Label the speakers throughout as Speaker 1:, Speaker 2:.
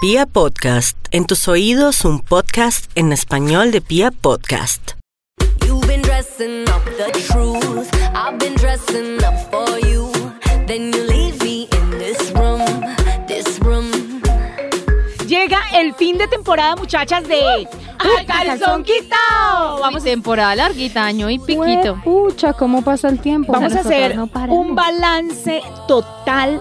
Speaker 1: Pia Podcast, en tus oídos un podcast en español de Pia Podcast.
Speaker 2: You've been dressing up the truth. I've been dressing up for you. Then you leave me in this room, this room.
Speaker 3: Llega el fin de temporada, muchachas, de A Calzón Quitao.
Speaker 4: Vamos temporada larguita, año y piquito.
Speaker 5: Pucha, ¿cómo pasa el
Speaker 4: Pues
Speaker 5: tiempo?
Speaker 3: Vamos a
Speaker 5: Nosotras
Speaker 3: hacer
Speaker 5: no paramos.
Speaker 3: un balance total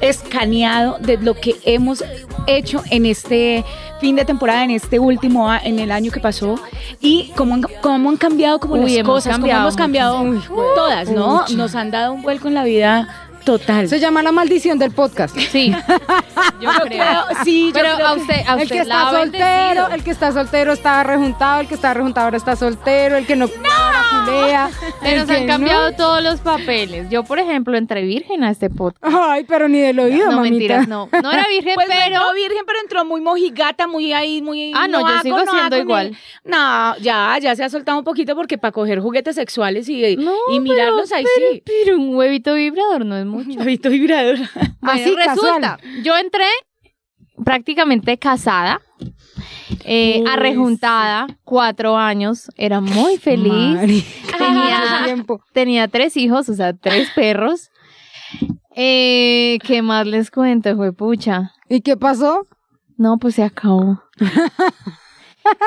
Speaker 3: escaneado de lo que hemos hecho en este fin de temporada, en este último a- en el año que pasó y cómo han, cómo han cambiado como
Speaker 4: Uy,
Speaker 3: las
Speaker 4: hemos
Speaker 3: cosas, cómo
Speaker 4: cambiado
Speaker 3: hemos cambiado todas, ¿no?
Speaker 5: pucha.
Speaker 3: Nos han dado un vuelco en la vida total.
Speaker 5: Se llama la maldición del podcast.
Speaker 4: Sí, yo
Speaker 3: Yo
Speaker 4: creo.
Speaker 3: creo- sí, yo
Speaker 4: Pero
Speaker 3: creo
Speaker 4: a
Speaker 3: que-
Speaker 4: usted, a
Speaker 5: el
Speaker 4: usted
Speaker 5: que
Speaker 4: la
Speaker 5: está
Speaker 4: ha bendecido.
Speaker 5: soltero, el que está soltero está rejuntado, el que está rejuntado ahora está soltero, el que no, ahora culea.
Speaker 4: Se
Speaker 5: el
Speaker 4: nos
Speaker 5: que
Speaker 4: han cambiado todos los papeles. Yo, por ejemplo, entré virgen a este podcast.
Speaker 5: no. Ay, pero ni del oído,
Speaker 4: no,
Speaker 5: mamita.
Speaker 4: mentiras, no. No era virgen,
Speaker 3: Pues
Speaker 4: pero...
Speaker 3: no, virgen, pero entró muy mojigata, muy ahí, muy.
Speaker 4: Ah, no, yo sigo siendo
Speaker 3: ni-
Speaker 4: igual.
Speaker 3: No, ya, ya se ha soltado un poquito porque para coger juguetes sexuales y,
Speaker 4: No,
Speaker 3: y mirarlos
Speaker 4: pero-
Speaker 3: ahí
Speaker 4: pero-
Speaker 3: sí.
Speaker 4: Pero un huevito vibrador no es mucho.
Speaker 3: Habito vibradora.
Speaker 4: Bueno,
Speaker 5: Así,
Speaker 4: resulta, yo entré prácticamente casada, eh,
Speaker 3: Uy,
Speaker 4: arrejuntada, cuatro años, era muy feliz.
Speaker 5: Mari, mucho
Speaker 4: Tenía,
Speaker 5: tiempo.
Speaker 4: tenía tres hijos, o sea, tres perros. Eh, ¿Qué más les cuento, fue pucha?
Speaker 5: ¿Y qué pasó?
Speaker 4: No, pues se acabó.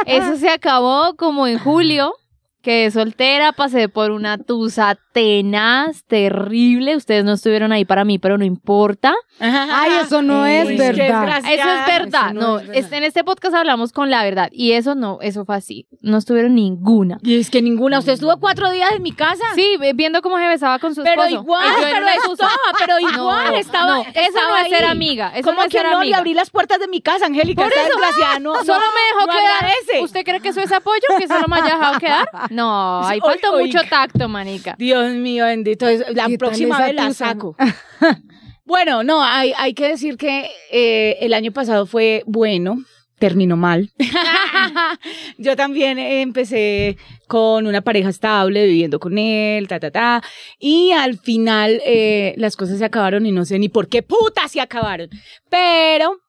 Speaker 4: Eso se acabó como en julio. Quedé soltera, pasé por una tusa tenaz, terrible. Ustedes no estuvieron ahí para mí, pero no importa.
Speaker 5: Ay, eso no
Speaker 3: Uy,
Speaker 5: es
Speaker 3: qué
Speaker 5: verdad.
Speaker 3: desgraciada.
Speaker 4: Eso es verdad.
Speaker 5: Eso no
Speaker 4: no,
Speaker 5: es
Speaker 4: es- en este podcast hablamos con la verdad. Y eso no, eso fue así. No estuvieron ninguna.
Speaker 3: Y es que ninguna. Usted estuvo cuatro días en mi casa.
Speaker 4: Mm. Sí, ve- viendo cómo se besaba con su
Speaker 3: Pero
Speaker 4: esposo.
Speaker 3: igual,
Speaker 4: Y yo en
Speaker 3: pero
Speaker 4: una
Speaker 3: estaba,
Speaker 4: tusa.
Speaker 3: pero
Speaker 4: No,
Speaker 3: igual estaba.
Speaker 4: no, eso
Speaker 3: estaba
Speaker 4: no es ser
Speaker 3: ahí.
Speaker 4: amiga, eso
Speaker 3: ¿Cómo
Speaker 4: no es
Speaker 3: que
Speaker 4: ser
Speaker 3: no le
Speaker 4: amiga?
Speaker 3: abrí las puertas de mi casa, Angélica?
Speaker 4: Por
Speaker 3: Esta
Speaker 4: eso.
Speaker 3: desgraciada no- no-
Speaker 4: Solo me dejó
Speaker 3: no
Speaker 4: quedar.
Speaker 3: agradece.
Speaker 4: ¿Usted cree que eso es apoyo? ¿Que solo me haya dejado quedar? No,
Speaker 3: Sí,
Speaker 4: ahí
Speaker 3: oy-
Speaker 4: faltó
Speaker 3: oiga.
Speaker 4: mucho tacto, manica.
Speaker 3: Dios mío, bendito. es- La
Speaker 5: ¿Qué tal
Speaker 3: próxima
Speaker 5: esa
Speaker 3: vez la
Speaker 5: tusa?
Speaker 3: saco. bueno, no, hay, hay que decir que eh, el año pasado fue bueno, terminó mal. Yo también eh, empecé con una pareja estable, viviendo con él, ta, ta, ta. Y al final eh, las cosas se acabaron y no sé ni por qué puta se acabaron. Pero...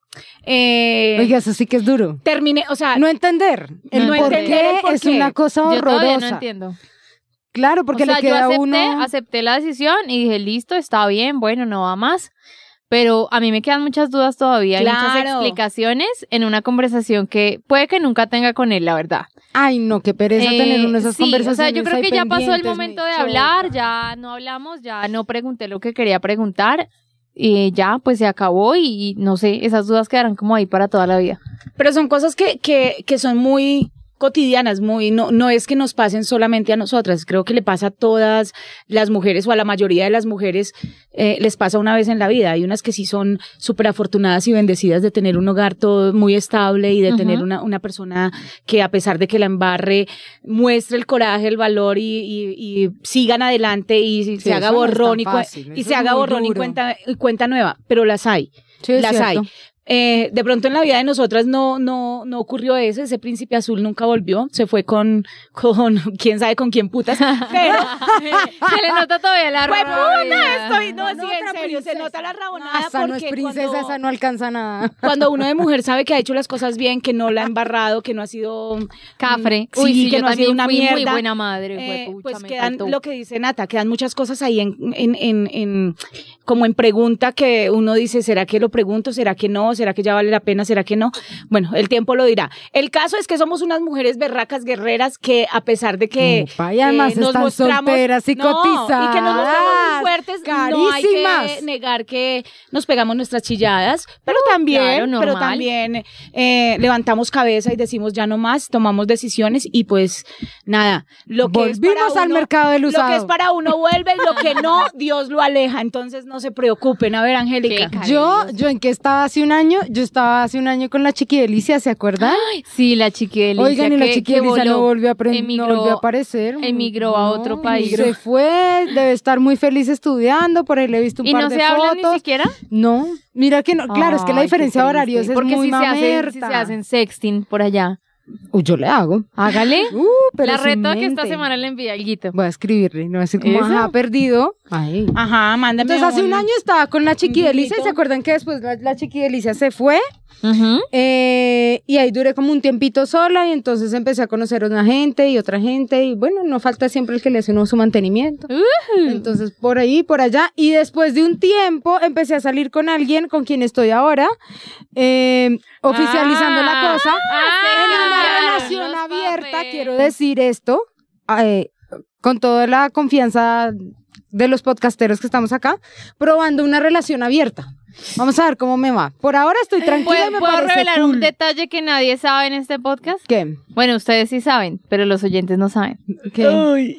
Speaker 3: eh,
Speaker 5: Oiga, eso sí que es duro.
Speaker 3: Terminé, o
Speaker 4: Ah,
Speaker 3: sea,
Speaker 5: No entender. El
Speaker 3: No
Speaker 5: por
Speaker 3: entender
Speaker 5: qué
Speaker 3: el por
Speaker 5: es
Speaker 3: qué.
Speaker 5: una cosa
Speaker 4: Yo todavía no
Speaker 5: horrorosa.
Speaker 4: entiendo.
Speaker 5: claro, porque
Speaker 4: o sea,
Speaker 5: le queda
Speaker 4: yo acepté,
Speaker 5: uno.
Speaker 4: acepté la decisión y dije, listo, está bien, bueno, no va más. Pero a mí me quedan muchas dudas todavía, hay muchas
Speaker 3: Claro.
Speaker 4: explicaciones en una conversación que puede que nunca tenga con él, la verdad.
Speaker 5: Ay, no, qué pereza
Speaker 4: Eh,
Speaker 5: tener uno esas
Speaker 4: sí,
Speaker 5: conversaciones.
Speaker 4: O sea, yo creo
Speaker 5: ahí
Speaker 4: que ya pasó el
Speaker 5: pendientes,
Speaker 4: momento
Speaker 5: me
Speaker 4: de
Speaker 5: choca.
Speaker 4: hablar, ya no hablamos, ya no pregunté lo que quería preguntar. Y ya, pues se acabó y, y no sé, esas dudas quedarán como ahí para toda la vida.
Speaker 3: Pero son cosas que, que, que son muy cotidianas, muy, no, no es que nos pasen solamente a nosotras, creo que le pasa a todas las mujeres o a la mayoría de las mujeres eh, les pasa una vez en la vida. Hay unas que sí son súper afortunadas y bendecidas de tener un hogar todo muy estable y de
Speaker 4: Ujú.
Speaker 3: tener una, una persona que a pesar de que la embarre, muestre el coraje, el valor y, y- y sigan adelante y se haga
Speaker 5: eso no es tan
Speaker 3: borrón y, cue-
Speaker 5: fácil,
Speaker 3: y
Speaker 5: eso
Speaker 3: se
Speaker 5: es
Speaker 3: haga
Speaker 5: muy
Speaker 3: borrón y
Speaker 5: duro.
Speaker 3: cuenta, y cuenta nueva, pero las hay
Speaker 5: Sí, es
Speaker 3: las
Speaker 5: cierto.
Speaker 3: hay. Eh, de pronto en la vida de nosotras no, no, no ocurrió eso, ese príncipe azul nunca volvió, se fue con, con quién sabe con quién putas, pero
Speaker 4: Se le nota todavía la
Speaker 3: ¡Pues, puta,
Speaker 4: rabia.
Speaker 3: estoy, no,
Speaker 5: No,
Speaker 3: sí,
Speaker 5: no,
Speaker 3: en
Speaker 5: otra
Speaker 3: serio, se
Speaker 5: princesa.
Speaker 3: nota la rabonada
Speaker 5: Ah, esa
Speaker 3: porque
Speaker 5: no es princesa,
Speaker 3: cuando,
Speaker 5: esa no alcanza nada.
Speaker 3: cuando uno de mujer sabe que ha hecho las cosas bien, que no la ha embarrado, que no ha sido mm,
Speaker 4: Cafre.
Speaker 3: Sí,
Speaker 4: Uy, sí,
Speaker 3: que
Speaker 4: yo
Speaker 3: no ha sido
Speaker 4: también
Speaker 3: una
Speaker 4: fui muy
Speaker 3: mierda.
Speaker 4: buena madre.
Speaker 3: Eh,
Speaker 4: juepucha,
Speaker 3: pues
Speaker 4: me
Speaker 3: quedan
Speaker 4: faltó.
Speaker 3: lo que dice Nata, quedan muchas cosas ahí en, en, en, en- como en pregunta que uno dice, ¿será que lo pregunto? ¿Será que no? ¿Será que ya vale la pena? ¿Será que no? Bueno, el tiempo lo dirá. El caso es que somos unas mujeres berracas guerreras que a pesar de que eh,
Speaker 5: Upa, y además están solteras y
Speaker 3: no, y que nos mostramos muy
Speaker 5: cotizadas,
Speaker 3: fuertes, no hay que
Speaker 5: carísimas.
Speaker 3: negar que nos pegamos nuestras chilladas, pero también,
Speaker 4: claro,
Speaker 3: pero
Speaker 4: normal.
Speaker 3: también eh, levantamos cabeza y decimos ya no más, tomamos decisiones y pues nada, lo que es
Speaker 5: Volvimos
Speaker 3: para
Speaker 5: al
Speaker 3: uno-
Speaker 5: mercado del
Speaker 3: Lo
Speaker 5: usado.
Speaker 3: que es para uno vuelve, lo que no, Dios lo aleja, entonces no se preocupen. A ver, Angélica.
Speaker 4: Qué ca-
Speaker 5: Yo, yo en que estaba hace un año, yo estaba hace un año con la chiquidelicia, ¿se acuerdan?
Speaker 4: Sí, la chiquilla
Speaker 5: Oigan, y la chiquidelicia no volvió a aprender,
Speaker 4: emigró-
Speaker 5: no volvió a aparecer.
Speaker 4: emigró a otro
Speaker 5: No,
Speaker 4: país.
Speaker 5: Se fue, debe estar muy feliz estudiando, por ahí le he visto un
Speaker 4: ¿Y
Speaker 5: par
Speaker 4: no
Speaker 5: de
Speaker 4: se
Speaker 5: fotos.
Speaker 4: hablan ni siquiera?
Speaker 5: No, mira que no, claro, es que la
Speaker 4: Ay, qué
Speaker 5: diferencia de horarios
Speaker 4: triste,
Speaker 5: es
Speaker 4: porque
Speaker 5: muy
Speaker 4: si se, hacen, si se
Speaker 5: mamerta.
Speaker 4: hacen sexting por allá.
Speaker 5: Uy, yo le hago.
Speaker 4: Hágale.
Speaker 5: Uh, pero
Speaker 4: la
Speaker 5: sin
Speaker 4: reto a que esta
Speaker 5: mente.
Speaker 4: semana le envía el guito.
Speaker 5: Voy a escribirle, no voy a decir como,
Speaker 4: ¿Eso?
Speaker 5: ajá, perdido. Ay.
Speaker 3: Ajá, mándame.
Speaker 5: Entonces hace un año estaba con la chiqui
Speaker 3: un
Speaker 5: Delicia y se
Speaker 3: dibujito.
Speaker 5: acuerdan que después la, la chiqui Delicia se fue
Speaker 4: Ujú.
Speaker 5: Eh, y ahí duré como un tiempito sola y entonces empecé a conocer a una gente y otra gente y bueno, no falta siempre el que le hace uno su mantenimiento. Entonces por ahí, por allá y después de un tiempo empecé a salir con alguien con quien estoy ahora, eh, oficializando la
Speaker 3: Ah,
Speaker 5: cosa.
Speaker 4: ah,
Speaker 5: en una
Speaker 4: claro,
Speaker 5: relación
Speaker 4: los
Speaker 5: abierta,
Speaker 4: papeles.
Speaker 5: quiero decir esto, eh, con toda la confianza de los podcasteros que estamos acá, probando una relación abierta. Vamos a ver cómo me va. Por ahora estoy tranquila y
Speaker 4: ¿Puedo,
Speaker 5: me
Speaker 4: Pues, puedo
Speaker 5: parece
Speaker 4: revelar
Speaker 5: cool.
Speaker 4: un detalle que nadie sabe en este podcast?
Speaker 5: ¿Qué?
Speaker 4: Bueno, ustedes sí saben, pero los oyentes no saben.
Speaker 5: ¿Qué?
Speaker 3: Ay.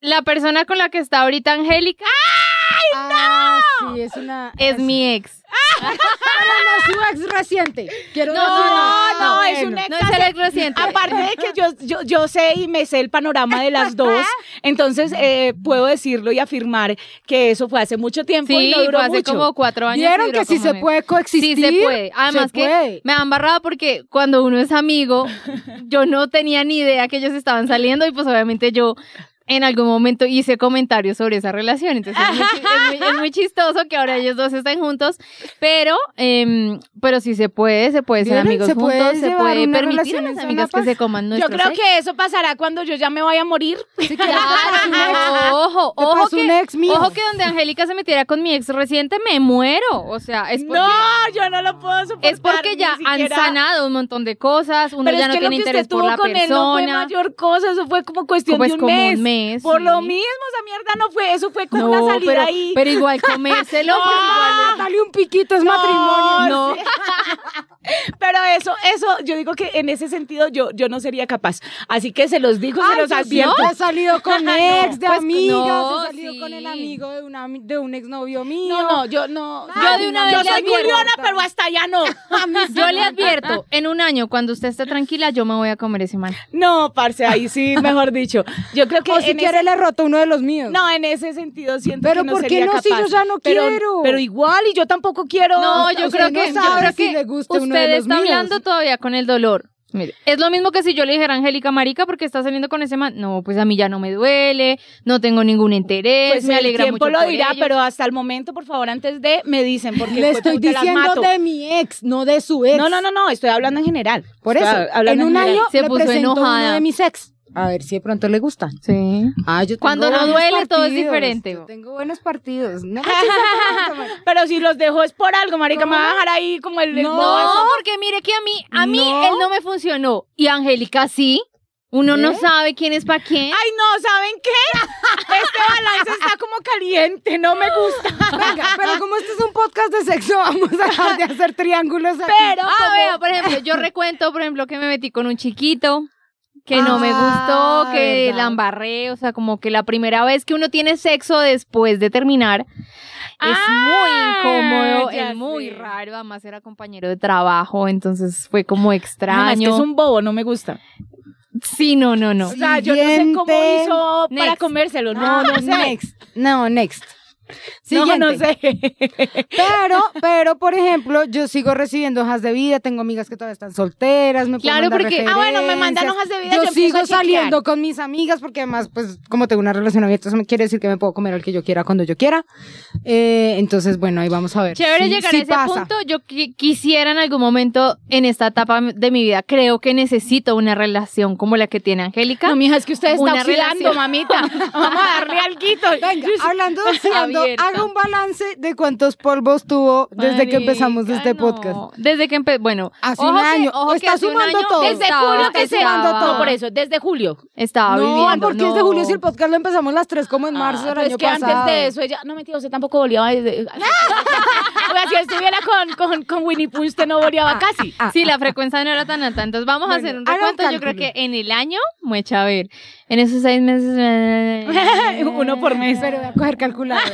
Speaker 4: La persona con la que está ahorita Angélica ¡ah!
Speaker 5: Ah, sí, es una...
Speaker 4: es mi ex.
Speaker 5: Pero no su ex reciente. Quiero
Speaker 4: No, no,
Speaker 5: decir-
Speaker 4: no,
Speaker 5: Ah,
Speaker 3: es
Speaker 5: bueno.
Speaker 3: un ex.
Speaker 4: No es el ex reciente.
Speaker 3: Aparte de que yo, yo, yo sé y me sé el panorama de las dos, entonces eh, puedo decirlo y afirmar que eso fue hace mucho tiempo y
Speaker 4: Sí,
Speaker 3: no duró
Speaker 4: fue hace
Speaker 3: mucho.
Speaker 4: como cuatro años. y
Speaker 5: ¿Vieron
Speaker 4: duró
Speaker 5: que sí
Speaker 4: como
Speaker 5: se
Speaker 4: mes.
Speaker 5: puede coexistir?
Speaker 4: Sí se puede. Además
Speaker 5: Se
Speaker 4: que
Speaker 5: puede.
Speaker 4: me han barrado porque cuando uno es amigo, yo no tenía ni idea que ellos estaban saliendo y pues obviamente yo en algún momento hice comentarios sobre esa relación. Entonces es muy, chi- es muy- es muy chistoso que ahora ellos dos estén juntos, pero em, pero sí se puede, se puede ser
Speaker 5: ¿Vieron?
Speaker 4: amigos
Speaker 5: Se puede
Speaker 4: juntos, se
Speaker 5: llevar
Speaker 4: puede
Speaker 5: una
Speaker 4: permitir
Speaker 5: relación
Speaker 4: a las
Speaker 5: sana
Speaker 4: amigas que
Speaker 5: paz.
Speaker 4: se
Speaker 3: Yo
Speaker 4: coman nuestros
Speaker 3: creo
Speaker 4: ex.
Speaker 3: que eso pasará cuando yo ya me vaya a morir.
Speaker 4: Claro, ojo,
Speaker 5: Te
Speaker 4: ojo
Speaker 5: pasó un
Speaker 4: que,
Speaker 5: ex mío.
Speaker 4: ojo que donde Angélica se metiera con mi ex reciente me muero, o sea, es porque
Speaker 3: No, yo no lo puedo soportar.
Speaker 4: es porque ya
Speaker 3: ni
Speaker 4: han
Speaker 3: siquiera.
Speaker 4: sanado un montón de cosas, uno
Speaker 3: Pero
Speaker 4: ya
Speaker 3: es
Speaker 4: no
Speaker 3: que
Speaker 4: tiene
Speaker 3: lo que
Speaker 4: interés
Speaker 3: usted
Speaker 4: por
Speaker 3: tuvo
Speaker 4: la
Speaker 3: con él no fue
Speaker 4: persona.
Speaker 3: mayor cosa, eso fue como cuestión
Speaker 4: Pues
Speaker 3: de un
Speaker 4: como
Speaker 3: mes.
Speaker 4: un mes,
Speaker 3: Por lo
Speaker 4: sí.
Speaker 3: mismo, esa mierda no fue, eso fue como
Speaker 4: No,
Speaker 3: una salida
Speaker 4: pero,
Speaker 3: ahí.
Speaker 4: pero igual comérselo.
Speaker 3: No,
Speaker 4: pues igual-
Speaker 5: Dale un piquito, es matrimonio.
Speaker 3: No, sí. Pero eso, eso, yo digo que en ese sentido yo, yo no sería capaz. Así que se los digo, se los advierto.
Speaker 5: He salido con ex de
Speaker 4: pues,
Speaker 5: amigas,
Speaker 4: no,
Speaker 5: he salido con el
Speaker 4: sí.
Speaker 5: amigo de, una, ami- de un exnovio mío.
Speaker 3: No, no, yo no.
Speaker 4: Yo de una
Speaker 3: yo
Speaker 4: vez le
Speaker 3: soy
Speaker 4: advierto.
Speaker 3: curiona, pero hasta allá no.
Speaker 4: Yo le advierto, en un año, cuando usted esté tranquila, yo me voy a comer ese man.
Speaker 3: No, parce, ahí sí, mejor dicho. Yo creo que
Speaker 5: O si
Speaker 3: en
Speaker 5: quiere
Speaker 3: ese-
Speaker 5: le roto uno de los míos.
Speaker 3: no, en ese sentido siento
Speaker 5: Pero
Speaker 3: que no
Speaker 5: ¿por qué
Speaker 3: sería
Speaker 5: no? Si
Speaker 3: capaz.
Speaker 5: yo ya no
Speaker 3: Pero-
Speaker 5: quiero.
Speaker 3: Pero igual y yo tampoco quiero.
Speaker 4: No, yo
Speaker 5: usted
Speaker 4: creo
Speaker 5: no
Speaker 4: que, yo
Speaker 5: sabe
Speaker 4: creo
Speaker 5: si
Speaker 4: que
Speaker 5: le gusta uno de
Speaker 4: usted
Speaker 5: los
Speaker 4: está
Speaker 5: míos.
Speaker 4: hablando todavía con el dolor. Mire, es lo mismo que si yo le dijera a Angélica Marica porque está saliendo con ese man. No, pues a mí ya no me duele, no tengo ningún interés,
Speaker 3: Pues
Speaker 4: me alegra
Speaker 3: el tiempo
Speaker 4: mucho
Speaker 3: lo
Speaker 4: por
Speaker 3: dirá,
Speaker 4: ellos.
Speaker 3: pero hasta el momento, por favor, antes de, me dicen, porque
Speaker 5: Le estoy
Speaker 3: hijueputa, las
Speaker 5: diciendo
Speaker 3: mato.
Speaker 5: de mi ex, no de su ex.
Speaker 3: No, no, no, no, estoy hablando en general.
Speaker 5: Por eso,
Speaker 3: Estoy hablando
Speaker 5: en un
Speaker 3: general.
Speaker 5: año
Speaker 4: Se
Speaker 5: le
Speaker 4: puso
Speaker 5: presento
Speaker 4: enojada.
Speaker 5: uno de mis ex. A ver si de pronto le gusta.
Speaker 4: Sí.
Speaker 5: Ah, yo tengo
Speaker 4: Cuando no
Speaker 5: buenos
Speaker 4: duele, todo es
Speaker 5: partidos,
Speaker 4: diferente.
Speaker 5: yo tengo buenos partidos. No, me chiste, no, no, no.
Speaker 3: Pero si los dejo es por algo, marica, me va a dejar ahí como el... el
Speaker 5: No.
Speaker 3: bobazo.
Speaker 4: No, porque mire que a mí, a mí
Speaker 5: No.
Speaker 4: él no me funcionó. Y Angélica sí. Uno no
Speaker 5: ¿Eh?
Speaker 4: sabe quién es para quién.
Speaker 3: Ay, no, ¿saben qué? Este balance está como caliente, no me gusta.
Speaker 5: Venga, pero como este es un podcast de sexo, vamos a dejar de hacer triángulos aquí.
Speaker 3: Pero
Speaker 4: ah,
Speaker 3: como-
Speaker 4: vea, por ejemplo, yo recuento, por ejemplo, que me metí con un chiquito, que no me
Speaker 5: Ah,
Speaker 4: gustó, que
Speaker 5: verdad.
Speaker 4: la embarré. O sea, como que la primera vez que uno tiene sexo después de terminar es
Speaker 3: Ah,
Speaker 4: muy incómodo,
Speaker 3: ya
Speaker 4: es muy
Speaker 3: sé.
Speaker 4: raro. Además, era compañero de trabajo, entonces fue como
Speaker 3: Además, que
Speaker 4: extraño.
Speaker 3: es un bobo, no me gusta.
Speaker 4: Sí, no, no, no.
Speaker 3: O sea, yo no sé cómo
Speaker 5: Siguiente. Ah,
Speaker 3: hizo para
Speaker 4: Next.
Speaker 3: comérselo. No, no sé.
Speaker 5: Next. No, next.
Speaker 3: No, no
Speaker 5: Siguiente.
Speaker 3: sé.
Speaker 5: Pero, pero, por ejemplo, yo sigo recibiendo hojas de vida, tengo amigas que todavía están solteras, me pueden
Speaker 4: Claro,
Speaker 5: mandar
Speaker 4: porque-
Speaker 3: ah, bueno, me mandan
Speaker 5: referencias.
Speaker 3: hojas de vida,
Speaker 5: Yo,
Speaker 3: yo empiezo
Speaker 5: sigo
Speaker 3: a chequear.
Speaker 5: saliendo con mis amigas porque además, pues, como tengo una relación abierta, eso me quiere decir que me puedo comer al que yo quiera cuando yo quiera. Eh, entonces, bueno, ahí vamos a ver.
Speaker 4: Chévere
Speaker 5: si-
Speaker 4: llegar
Speaker 5: si
Speaker 4: a ese
Speaker 5: pasa.
Speaker 4: punto. Yo qui- quisiera en algún momento en esta etapa de mi vida, creo que necesito una relación como la que tiene Angélica.
Speaker 3: No, mija, es que usted está
Speaker 4: Una
Speaker 3: oxidando,
Speaker 4: relación.
Speaker 3: mamita. Vamos a darle alguito.
Speaker 5: Venga, hablando de oxidando,
Speaker 4: Abierta.
Speaker 5: haga un balance de cuántos polvos tuvo desde que empezamos
Speaker 4: Marica,
Speaker 5: este
Speaker 4: no.
Speaker 5: podcast.
Speaker 4: Desde que empezó, bueno,
Speaker 5: Hace
Speaker 4: ojo
Speaker 5: un
Speaker 4: que-
Speaker 5: año.
Speaker 4: ojo que
Speaker 5: Está
Speaker 4: hace un
Speaker 5: sumando
Speaker 4: año
Speaker 5: todo.
Speaker 4: Desde
Speaker 5: Está-
Speaker 4: julio que
Speaker 5: está
Speaker 4: se
Speaker 5: sumando todo.
Speaker 3: No, por eso, desde julio.
Speaker 4: Estaba
Speaker 5: No,
Speaker 4: viviendo.
Speaker 5: porque es de julio si el podcast lo empezamos las tres como en marzo del
Speaker 3: Pero
Speaker 5: año
Speaker 3: es Ah, pues que
Speaker 5: pasado.
Speaker 3: antes de eso ella, no mentira, usted tampoco boleaba desde. o sea, si estuviera con, con, con Winnie Pooh, usted no boleaba casi.
Speaker 5: Ah,
Speaker 4: Sí, la frecuencia no era tan alta. Entonces vamos a hacer un
Speaker 5: haga un
Speaker 4: recuento. Yo creo
Speaker 5: cálculo.
Speaker 4: que en el año, muecha, a ver, en esos seis meses...
Speaker 3: Uno por mes.
Speaker 5: Eh, Pero voy a coger calculadora.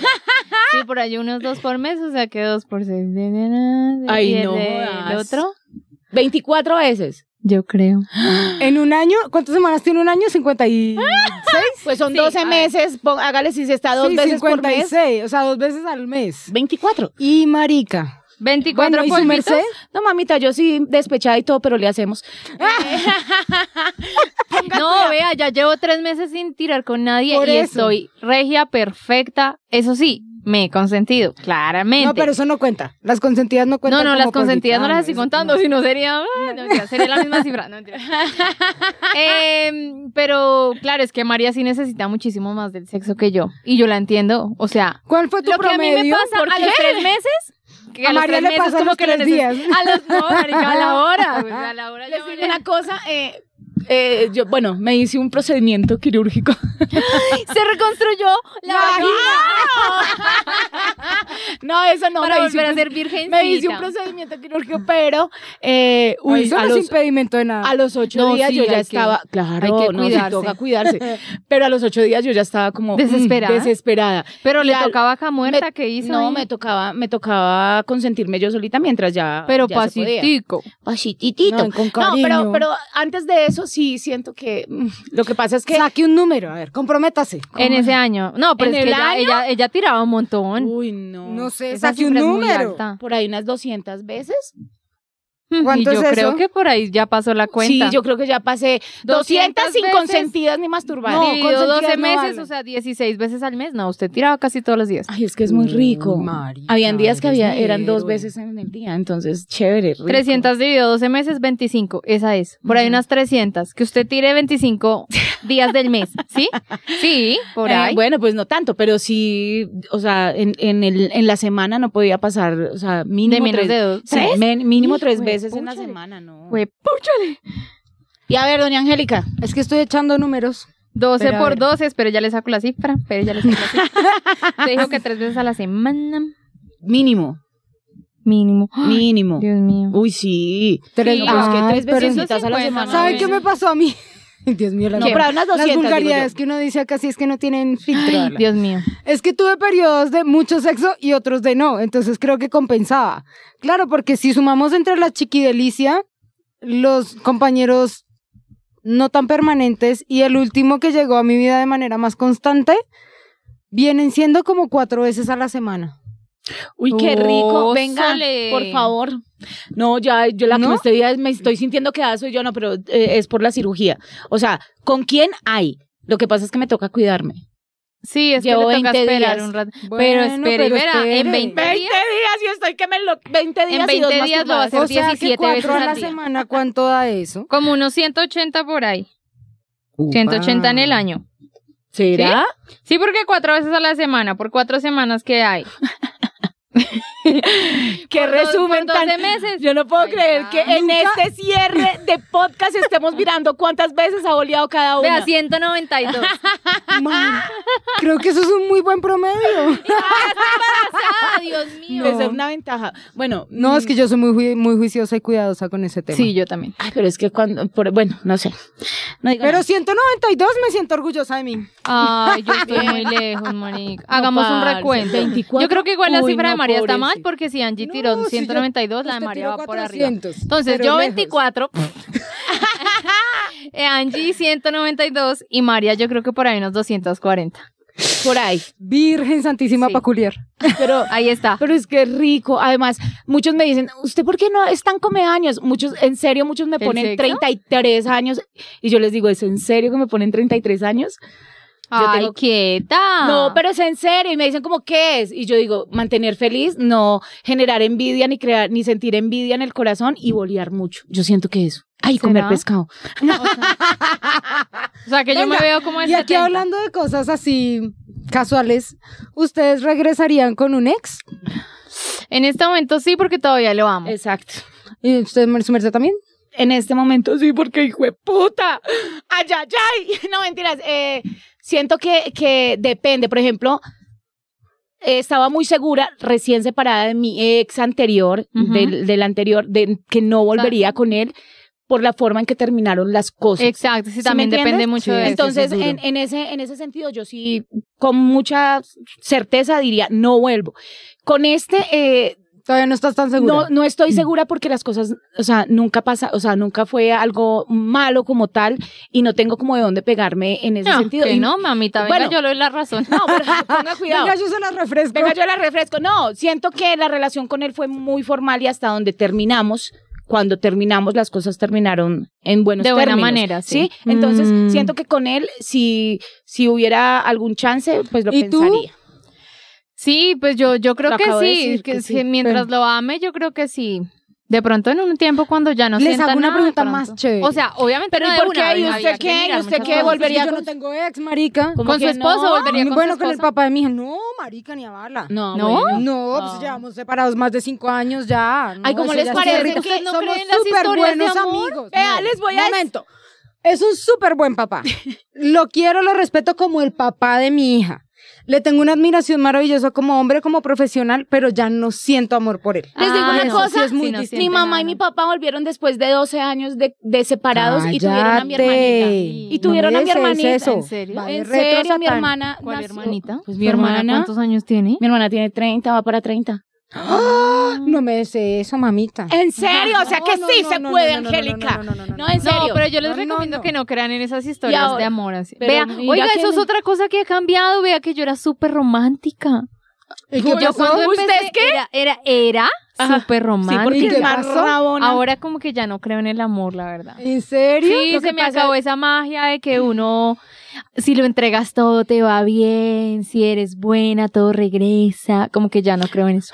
Speaker 4: Sí, por ahí unos dos por mes, o sea que dos por seis.
Speaker 3: Ay,
Speaker 4: ¿Y el
Speaker 3: no
Speaker 4: de- ¿El
Speaker 3: jodas.
Speaker 4: otro?
Speaker 3: 24 veces.
Speaker 4: Yo creo.
Speaker 5: en un año, ¿cuántas semanas tiene un año? 56.
Speaker 3: Pues son
Speaker 4: Sí,
Speaker 3: 12
Speaker 4: ay.
Speaker 3: meses, pon-
Speaker 4: Ah,
Speaker 3: hágale si se está dos
Speaker 5: Sí,
Speaker 3: veces por mes.
Speaker 5: 56, o sea, dos veces al mes.
Speaker 3: 24.
Speaker 5: Y marica.
Speaker 4: ¿24
Speaker 3: Bueno, ¿y su
Speaker 4: polvitos?
Speaker 3: merced? No, mamita, yo sí despechada y todo, pero le hacemos.
Speaker 4: No, vea, ya llevo tres meses sin tirar con nadie
Speaker 5: Por
Speaker 4: y
Speaker 5: eso.
Speaker 4: estoy regia, perfecta. Eso sí, me he consentido, claramente.
Speaker 5: No, pero eso no cuenta. Las consentidas no cuentan.
Speaker 4: no, no,
Speaker 5: como
Speaker 4: las consentidas no las
Speaker 5: polvito. Ah,
Speaker 4: estoy
Speaker 5: eso
Speaker 4: contando, si no sería, ah, no, mentira, sería la misma cifra, no mentira. Em, pero claro, es que María sí necesita muchísimo más del sexo que yo y yo la entiendo, o sea,
Speaker 5: ¿Cuál fue tu
Speaker 4: lo que a
Speaker 5: promedio?
Speaker 4: mí me pasa
Speaker 5: ¿Por
Speaker 4: a
Speaker 5: qué?
Speaker 4: los tres meses, que a,
Speaker 5: A
Speaker 4: los
Speaker 5: María
Speaker 4: tres
Speaker 5: le
Speaker 4: meses
Speaker 5: pasa a
Speaker 4: como
Speaker 5: los
Speaker 4: que lo
Speaker 5: tres
Speaker 4: neces-
Speaker 5: días.
Speaker 4: A los, no, marica, a la hora, pues, a la hora. yo
Speaker 3: Les digo
Speaker 4: le-
Speaker 3: una cosa, eh, eh, yo, bueno, me hice un procedimiento quirúrgico.
Speaker 4: Se reconstruyó la vagina
Speaker 3: No, eso no.
Speaker 4: para
Speaker 3: me hice
Speaker 4: volver
Speaker 3: un
Speaker 4: a
Speaker 3: proce-
Speaker 4: ser virgencita.
Speaker 3: Me hice un procedimiento quirúrgico, pero eh,
Speaker 5: Uy,
Speaker 3: uy,
Speaker 5: eso
Speaker 3: a
Speaker 5: no es
Speaker 3: los,
Speaker 5: impedimento de nada.
Speaker 3: a los ocho
Speaker 4: No,
Speaker 3: días
Speaker 4: sí,
Speaker 3: yo ya
Speaker 4: hay que-
Speaker 3: estaba, claro,
Speaker 4: hay que
Speaker 3: no, sí,
Speaker 4: cuidarse.
Speaker 3: toca cuidarse, pero a los ocho días yo ya estaba como mm,
Speaker 4: Desesperada.
Speaker 3: desesperada.
Speaker 4: Pero le
Speaker 3: Ya-
Speaker 4: tocaba acá muerta
Speaker 3: me-
Speaker 4: que hizo.
Speaker 3: No,
Speaker 4: ahí?
Speaker 3: me tocaba, me tocaba consentirme yo solita mientras ya.
Speaker 4: Pero
Speaker 3: ya se podía.
Speaker 4: pasitico.
Speaker 3: Pasititito.
Speaker 5: No, con
Speaker 3: No,
Speaker 5: cariño.
Speaker 3: pero, pero antes de eso sí siento que mm, lo que pasa es que.
Speaker 5: Saque un número, a ver, comprométase.
Speaker 4: En ese año. No, pero
Speaker 3: ¿En
Speaker 4: es que
Speaker 3: el
Speaker 4: ella,
Speaker 3: año?
Speaker 4: ella, ella tiraba un montón.
Speaker 3: Uy, no.
Speaker 5: No sé,
Speaker 4: Esa
Speaker 5: saque un
Speaker 4: cifra es muy
Speaker 5: número.
Speaker 4: alta.
Speaker 3: Por ahí unas 200 veces.
Speaker 4: Mm, y
Speaker 5: ¿Cuánto
Speaker 4: yo
Speaker 5: es
Speaker 4: creo
Speaker 5: eso?
Speaker 4: que por ahí ya pasó la cuenta.
Speaker 3: Sí, yo creo que ya pasé 200,
Speaker 4: 200
Speaker 3: sin
Speaker 4: veces.
Speaker 3: consentidas ni masturbadas.
Speaker 5: No,
Speaker 4: Dividido
Speaker 5: consentidas
Speaker 4: 12
Speaker 5: no
Speaker 4: meses,
Speaker 5: valen.
Speaker 4: o sea, 16 veces al mes. No, usted tiraba casi todos los días.
Speaker 3: Ay, es que es muy
Speaker 5: Uy,
Speaker 3: rico.
Speaker 5: marica,
Speaker 3: Habían días que
Speaker 5: eres
Speaker 3: había, eran dos
Speaker 5: héroe.
Speaker 3: veces en el día, entonces chévere, rico.
Speaker 4: 300 dividido 12 meses, 25. Esa es. Por ahí
Speaker 3: Ujú.
Speaker 4: unas 300. Que usted tire 25 días del mes. ¿Sí? Sí, por
Speaker 3: Eh,
Speaker 4: ahí.
Speaker 3: bueno, pues no tanto, pero sí, o sea, en, en, el, en la semana no podía pasar, o sea, mínimo
Speaker 4: de menos
Speaker 3: tres,
Speaker 4: de dos.
Speaker 3: sí, men- mínimo
Speaker 4: Hijo
Speaker 3: tres
Speaker 4: de
Speaker 3: veces en la
Speaker 4: pucha.
Speaker 3: semana, ¿no?
Speaker 4: Fue
Speaker 3: Y a ver, doña Angélica,
Speaker 5: Es que estoy echando números.
Speaker 4: 12
Speaker 5: Pero a
Speaker 4: por
Speaker 5: ver.
Speaker 4: 12, pero ya le saco la cifra, pero ya le saco la cifra. Te dijo que tres veces a la semana,
Speaker 3: mínimo,
Speaker 4: mínimo.
Speaker 3: mínimo.
Speaker 4: Dios mío.
Speaker 3: Uy, ¡Ah! sí.
Speaker 5: Tres-
Speaker 3: No, pues
Speaker 4: Ah,
Speaker 5: Ay,
Speaker 3: que tres
Speaker 5: pero-
Speaker 3: veces a la
Speaker 4: 150,
Speaker 3: semana.
Speaker 4: más o
Speaker 5: ¿Saben qué me pasó a mí? Dios mío, las,
Speaker 3: No, pero unas
Speaker 5: las
Speaker 3: 200, digo
Speaker 5: vulgaridades
Speaker 3: yo.
Speaker 5: que uno dice acá sí es que no tienen filtro.
Speaker 4: Ay, Dios mío.
Speaker 5: Es que tuve periodos de mucho sexo y otros de no, entonces creo que compensaba. Claro, porque si sumamos entre la chiquidelicia, los compañeros no tan permanentes y el último que llegó a mi vida de manera más constante, vienen siendo como cuatro veces a la semana.
Speaker 3: Uy, qué rico.
Speaker 4: Oh,
Speaker 3: Venga,
Speaker 4: sole.
Speaker 3: por favor. No, ya, yo la que
Speaker 5: ¿No?
Speaker 3: me estoy, me estoy sintiendo que soy yo, no, pero eh, es por la cirugía. O sea, ¿con quién hay? Lo que pasa es que me toca cuidarme.
Speaker 4: Sí, es
Speaker 3: Llevo
Speaker 4: que le toca
Speaker 3: 20
Speaker 4: esperar
Speaker 3: días.
Speaker 4: un rato. pero
Speaker 5: Bueno,
Speaker 4: espere,
Speaker 5: pero
Speaker 4: verá, en
Speaker 5: espere.
Speaker 4: 20
Speaker 3: 20
Speaker 4: días.
Speaker 3: días y estoy que me lo... 20 días y
Speaker 4: 20
Speaker 3: dos
Speaker 4: días lo va
Speaker 3: masturbadas.
Speaker 4: a hacer
Speaker 5: O sea, que
Speaker 4: 17 veces
Speaker 5: cuatro a
Speaker 4: al
Speaker 5: la
Speaker 4: día.
Speaker 5: semana, ¿cuánto da eso?
Speaker 4: Como unos 180 por ahí. 180 en el año.
Speaker 3: ¿Será?
Speaker 4: Sí, porque cuatro veces a la semana, por cuatro semanas que hay.
Speaker 3: Qué
Speaker 4: Por dos-
Speaker 3: resumen
Speaker 4: por 12
Speaker 3: tan...
Speaker 4: meses.
Speaker 3: Yo no puedo
Speaker 4: Ahí
Speaker 3: creer
Speaker 4: está.
Speaker 3: que en este cierre de podcast estemos mirando cuántas veces ha boleado cada uno.
Speaker 4: Vea, 192.
Speaker 5: Man, creo que eso es un muy buen promedio.
Speaker 4: Ah, Dios mío.
Speaker 3: Esa es una ventaja. Bueno,
Speaker 5: No, es que yo soy muy, ju- muy juiciosa y cuidadosa con ese tema.
Speaker 4: Sí, yo también.
Speaker 3: Ay, pero es que cuando... por- bueno, no sé. No digo
Speaker 5: Pero
Speaker 3: nada.
Speaker 5: 192 me siento orgullosa de mí.
Speaker 4: Ay, yo estoy muy lejos, marica. Hagamos un
Speaker 3: parce,
Speaker 4: recuento.
Speaker 3: 24.
Speaker 4: Yo creo que igual la
Speaker 3: Uy,
Speaker 4: cifra de
Speaker 3: no,
Speaker 4: María está
Speaker 3: pobrecita.
Speaker 4: mal porque si Angie tiró
Speaker 5: No, si yo- pues,
Speaker 4: 192, la de
Speaker 5: usted
Speaker 4: María
Speaker 5: tiró
Speaker 4: va por arriba.
Speaker 5: 400,
Speaker 4: Entonces,
Speaker 5: pero
Speaker 4: yo
Speaker 5: lejos.
Speaker 4: 24. eh, Angie 192 y María yo creo que por ahí unos 240.
Speaker 3: por ahí.
Speaker 5: Virgen Santísima
Speaker 4: Sí.
Speaker 5: Paculiar.
Speaker 3: Pero
Speaker 4: Ahí está.
Speaker 3: Pero es que es rico. Además, muchos me dicen, ¿usted por qué no es tan come años? Muchos, en serio, muchos me
Speaker 4: ¿El
Speaker 3: ponen
Speaker 4: sexo?
Speaker 3: 33 años. Y yo les digo, ¿es en serio que me ponen 33 años? yo
Speaker 4: Ay,
Speaker 3: tengo-
Speaker 4: quieta.
Speaker 3: No, pero es en serio. Y me dicen, como, ¿qué es? Y yo digo, mantener feliz, no generar envidia, ni crear, ni sentir envidia en el corazón y bolear mucho. Yo siento que eso. Ay, comer
Speaker 4: ¿Será?
Speaker 3: pescado.
Speaker 4: O sea, que yo me
Speaker 5: Venga,
Speaker 4: veo como en
Speaker 5: Y aquí
Speaker 4: 70.
Speaker 5: hablando de cosas así casuales, ¿ustedes regresarían con un ex?
Speaker 4: En este momento sí, porque todavía lo amo.
Speaker 3: Exacto.
Speaker 5: ¿Y usted, su merced, también?
Speaker 3: En este momento sí, porque hijo de puta. Ay, ay, ay. No, mentiras. eh, siento que, que depende. Por ejemplo, eh, estaba muy segura, recién separada de mi ex anterior,
Speaker 4: Ujú.
Speaker 3: del, del anterior, de que no volvería con él por la forma en que terminaron las cosas.
Speaker 4: Exacto, sí,
Speaker 3: ¿Sí
Speaker 4: también
Speaker 3: me
Speaker 4: depende
Speaker 3: entiendes?
Speaker 4: mucho
Speaker 5: Sí,
Speaker 4: de eso.
Speaker 3: Entonces,
Speaker 5: es duro.
Speaker 3: en, en ese, en ese sentido, yo sí con mucha certeza diría, no vuelvo. Con este, eh,
Speaker 5: Todavía no estás tan segura.
Speaker 3: No, no estoy segura Mm. porque las cosas, o sea, nunca pasa, o sea, nunca fue algo malo como tal y no tengo como de dónde pegarme en ese
Speaker 4: No,
Speaker 3: sentido.
Speaker 4: que
Speaker 3: Y-
Speaker 4: no, mamita, venga,
Speaker 3: Bueno.
Speaker 4: yo le doy la razón.
Speaker 3: No, pero ponga cuidado.
Speaker 5: Venga, yo se las refresco.
Speaker 3: Venga, yo la refresco. No, siento que la relación con él fue muy formal y hasta donde terminamos, cuando terminamos, las cosas terminaron en buenos
Speaker 4: De buena
Speaker 3: términos,
Speaker 4: manera, sí.
Speaker 3: Entonces,
Speaker 5: Mm.
Speaker 3: siento que con él, si, si hubiera algún chance, pues lo
Speaker 5: ¿Y tú?
Speaker 3: pensaría.
Speaker 4: Sí, pues yo, yo creo
Speaker 3: Lo
Speaker 4: que
Speaker 3: acabo de
Speaker 4: sí,
Speaker 3: decir,
Speaker 4: que
Speaker 3: que
Speaker 4: sí,
Speaker 3: sí,
Speaker 4: mientras lo ame, yo creo que sí. De pronto en un tiempo cuando ya no
Speaker 5: Les
Speaker 4: sienta
Speaker 5: hago una
Speaker 4: nada,
Speaker 5: pregunta
Speaker 4: de pronto.
Speaker 5: más chévere.
Speaker 4: O sea, obviamente
Speaker 3: Pero
Speaker 4: no
Speaker 3: ¿y
Speaker 4: de
Speaker 3: por
Speaker 4: una,
Speaker 3: qué? ¿Y
Speaker 4: había-
Speaker 3: usted
Speaker 4: había que
Speaker 3: qué? ¿Y
Speaker 4: mirar
Speaker 3: usted
Speaker 4: muchas
Speaker 3: qué?
Speaker 4: cosas.
Speaker 3: Volver- volvería
Speaker 5: Es que yo
Speaker 3: con-
Speaker 5: no tengo ex, marica.
Speaker 3: ¿Cómo
Speaker 4: Con su
Speaker 3: que
Speaker 4: esposo
Speaker 3: no?
Speaker 4: volvería con
Speaker 5: bueno,
Speaker 4: su
Speaker 5: con el
Speaker 4: esposo.
Speaker 5: papá de mi hija. No, marica, ni a bala.
Speaker 3: No,
Speaker 4: ¿No?
Speaker 3: bueno.
Speaker 5: No,
Speaker 3: Ah.
Speaker 5: pues llevamos separados más de cinco años ya. No,
Speaker 3: Ay, ¿cómo
Speaker 5: eso
Speaker 3: les
Speaker 5: ya es
Speaker 3: parece
Speaker 5: terrible.
Speaker 3: que
Speaker 4: no
Speaker 5: Somos
Speaker 4: creen las
Speaker 5: súper
Speaker 4: historias de
Speaker 5: buenos
Speaker 4: amor?
Speaker 5: amigos?
Speaker 3: Vea,
Speaker 5: No,
Speaker 3: Eh, les voy a-
Speaker 5: Momento. Es un súper buen papá. Lo quiero, lo respeto como el papá de mi hija. Le tengo una admiración maravillosa como hombre, como profesional, pero ya no siento amor por él.
Speaker 3: Les digo
Speaker 4: Ah,
Speaker 3: una
Speaker 4: eso
Speaker 3: cosa,
Speaker 4: sí es muy
Speaker 5: no
Speaker 4: distinto.
Speaker 3: mi mamá y mi papá volvieron después de 12 años de, de separados y tuvieron a mi hermanita.
Speaker 5: Cállate.
Speaker 4: Y
Speaker 5: No
Speaker 3: tuvieron
Speaker 5: me
Speaker 3: a mi
Speaker 5: desees
Speaker 3: hermanita.
Speaker 5: eso.
Speaker 4: ¿En serio?
Speaker 5: Va de
Speaker 3: En
Speaker 5: retro,
Speaker 3: serio, mi
Speaker 5: Satán.
Speaker 3: hermana.
Speaker 4: ¿Cuál
Speaker 3: nació-
Speaker 4: hermanita?
Speaker 3: Pues mi
Speaker 4: ¿Su
Speaker 3: hermana.
Speaker 4: ¿Cuántos años tiene?
Speaker 3: Mi hermana tiene 30, va para 30.
Speaker 5: ¡Ah! No me desees eso, mamita.
Speaker 3: ¿En serio? O sea que
Speaker 5: No, no,
Speaker 3: sí
Speaker 5: no,
Speaker 3: se
Speaker 5: no,
Speaker 3: puede,
Speaker 5: no, no, no,
Speaker 3: Angélica.
Speaker 5: no, no, no, no,
Speaker 3: No,
Speaker 5: no,
Speaker 3: en serio.
Speaker 4: No, pero yo les
Speaker 5: No, no,
Speaker 4: recomiendo
Speaker 5: no.
Speaker 4: que no crean en esas historias
Speaker 3: ahora-
Speaker 4: de amor así.
Speaker 3: pero
Speaker 4: Vea,
Speaker 3: mira
Speaker 4: oiga,
Speaker 3: que
Speaker 4: eso es
Speaker 3: no-
Speaker 4: otra cosa que ha cambiado. Vea que yo era súper romántica.
Speaker 5: ¿Y
Speaker 4: Yo
Speaker 5: pasó?
Speaker 4: cuando
Speaker 3: ¿Usted
Speaker 4: empecé
Speaker 3: es qué?
Speaker 4: Era, era, era
Speaker 3: Ajá.
Speaker 4: súper
Speaker 3: Sí,
Speaker 4: romántica.
Speaker 5: ¿Y
Speaker 3: porque
Speaker 5: qué
Speaker 3: es más
Speaker 5: pasó?
Speaker 3: rabona.
Speaker 4: Ahora como que ya no creo en el amor, la verdad.
Speaker 5: ¿En serio?
Speaker 4: Sí,
Speaker 5: Lo
Speaker 4: se
Speaker 5: que
Speaker 4: me
Speaker 5: pasa-
Speaker 4: acabó esa magia de que uno, si lo entregas todo, te va bien, si eres buena, todo regresa. Como que ya no creo en eso.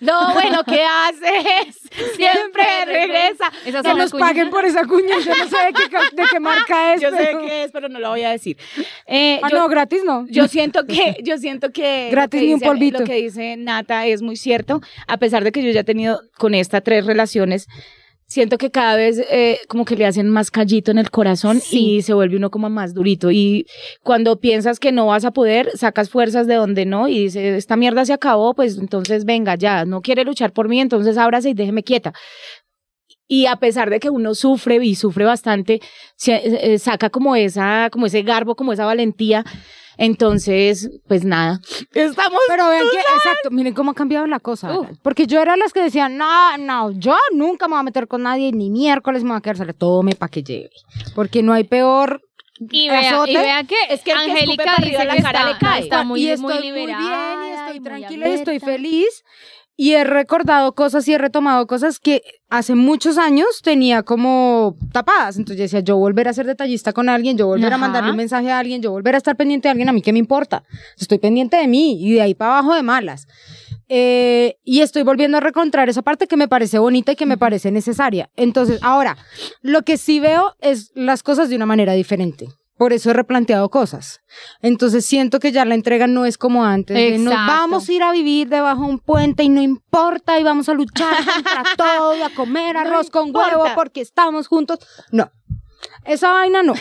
Speaker 3: No, bueno, ¿qué haces? Siempre regresa.
Speaker 4: Esas
Speaker 5: Que
Speaker 4: son
Speaker 5: nos
Speaker 4: las cuñas.
Speaker 5: paguen por esa cuña. Yo no sé de qué, ca- de qué marca es.
Speaker 3: Yo sé
Speaker 5: pero-
Speaker 3: qué es, pero no lo voy a decir. Eh,
Speaker 5: Ah,
Speaker 3: yo,
Speaker 5: no, gratis no.
Speaker 3: yo siento que, yo siento que lo
Speaker 5: Gratis
Speaker 3: que
Speaker 5: ni un
Speaker 3: dice-
Speaker 5: polvito.
Speaker 3: Lo que dice Nata es muy cierto. A pesar de que yo ya he tenido con esta tres relaciones, siento que cada vez eh, como que le hacen más callito en el corazón
Speaker 4: Sí.
Speaker 3: y se vuelve uno como más durito. Y cuando piensas que no vas a poder, sacas fuerzas de donde no y dices, esta mierda se acabó, pues entonces venga ya, no quiere luchar por mí, entonces ábrase y déjeme quieta. Y a pesar de que uno sufre y sufre bastante, se- eh, saca como esa, como ese garbo, como esa valentía. Entonces, pues nada. Estamos
Speaker 5: Pero vean que, exacto, miren cómo ha cambiado la cosa.
Speaker 4: Uh.
Speaker 5: Porque yo era las que decían, no, no, yo nunca me voy a meter con nadie, ni miércoles me voy a quedar sola, tome pa' que lleve. Porque no hay peor
Speaker 4: Y vea,
Speaker 5: azote.
Speaker 4: y vea que,
Speaker 3: Es que el que escupe
Speaker 4: Angélica
Speaker 3: para arriba
Speaker 4: dice
Speaker 3: la
Speaker 4: que
Speaker 3: cara
Speaker 4: está,
Speaker 3: le cae.
Speaker 4: está muy,
Speaker 5: y
Speaker 4: muy
Speaker 5: estoy
Speaker 4: liberada
Speaker 5: bien, y
Speaker 4: y
Speaker 5: estoy
Speaker 4: muy
Speaker 5: tranquila, y estoy
Speaker 4: abierta.
Speaker 5: feliz. Y he recordado cosas y he retomado cosas que hace muchos años tenía como tapadas. Entonces yo decía, yo volver a ser detallista con alguien, yo volver
Speaker 4: Ajá.
Speaker 5: a mandarle un mensaje a alguien, yo volver a estar pendiente de alguien, a mí qué me importa. Estoy pendiente de mí y de ahí para abajo de malas. Eh, y estoy volviendo a recontrar esa parte que me parece bonita y que me parece necesaria. Entonces, ahora, lo que sí veo es las cosas de una manera diferente. Por eso he replanteado cosas. Entonces siento que ya la entrega no es como antes. de Nos
Speaker 4: Exacto.
Speaker 5: vamos a ir a vivir debajo de un puente y no importa y vamos a luchar contra todo, y a comer arroz con huevo
Speaker 3: importa.
Speaker 5: porque estamos juntos. No. Esa vaina no.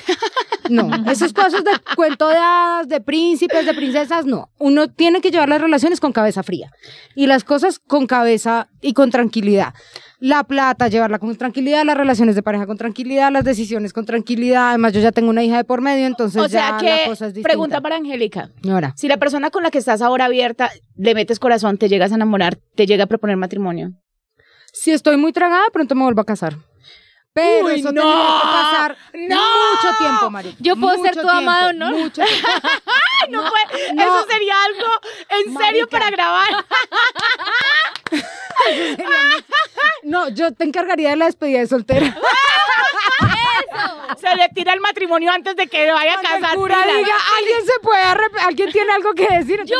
Speaker 5: No, esos pasos de cuento de hadas, de príncipes, de princesas, no. Uno tiene que llevar las relaciones con cabeza fría y las cosas con cabeza y con tranquilidad. La plata, llevarla con tranquilidad, las relaciones de pareja con tranquilidad, las decisiones con tranquilidad. Además, yo ya tengo una hija de por medio, entonces
Speaker 3: O sea
Speaker 5: ya la
Speaker 3: que,
Speaker 5: cosa es distinta.
Speaker 3: pregunta para Angélica.
Speaker 5: Señora.
Speaker 3: Si la persona con la que estás ahora abierta le metes corazón, te llegas a enamorar, te llega a proponer matrimonio.
Speaker 5: Si estoy muy tragada, pronto me vuelvo a casar. Pero
Speaker 3: Uy,
Speaker 5: eso
Speaker 3: no,
Speaker 5: tendría que pasar
Speaker 3: no.
Speaker 5: mucho tiempo, María.
Speaker 4: Yo puedo ser tu ama de
Speaker 5: ¿no?
Speaker 4: honor.
Speaker 5: Mucho tiempo.
Speaker 3: No, puede-
Speaker 5: no.
Speaker 3: eso sería algo en serio
Speaker 5: Marica.
Speaker 3: para grabar.
Speaker 5: No, yo te encargaría de la despedida de soltera.
Speaker 3: Se le tira el matrimonio antes de que vaya a
Speaker 5: Cuando el
Speaker 3: casar.
Speaker 5: cura
Speaker 3: Mira,
Speaker 5: diga, alguien se puede arrep- alguien tiene algo que decir. Yo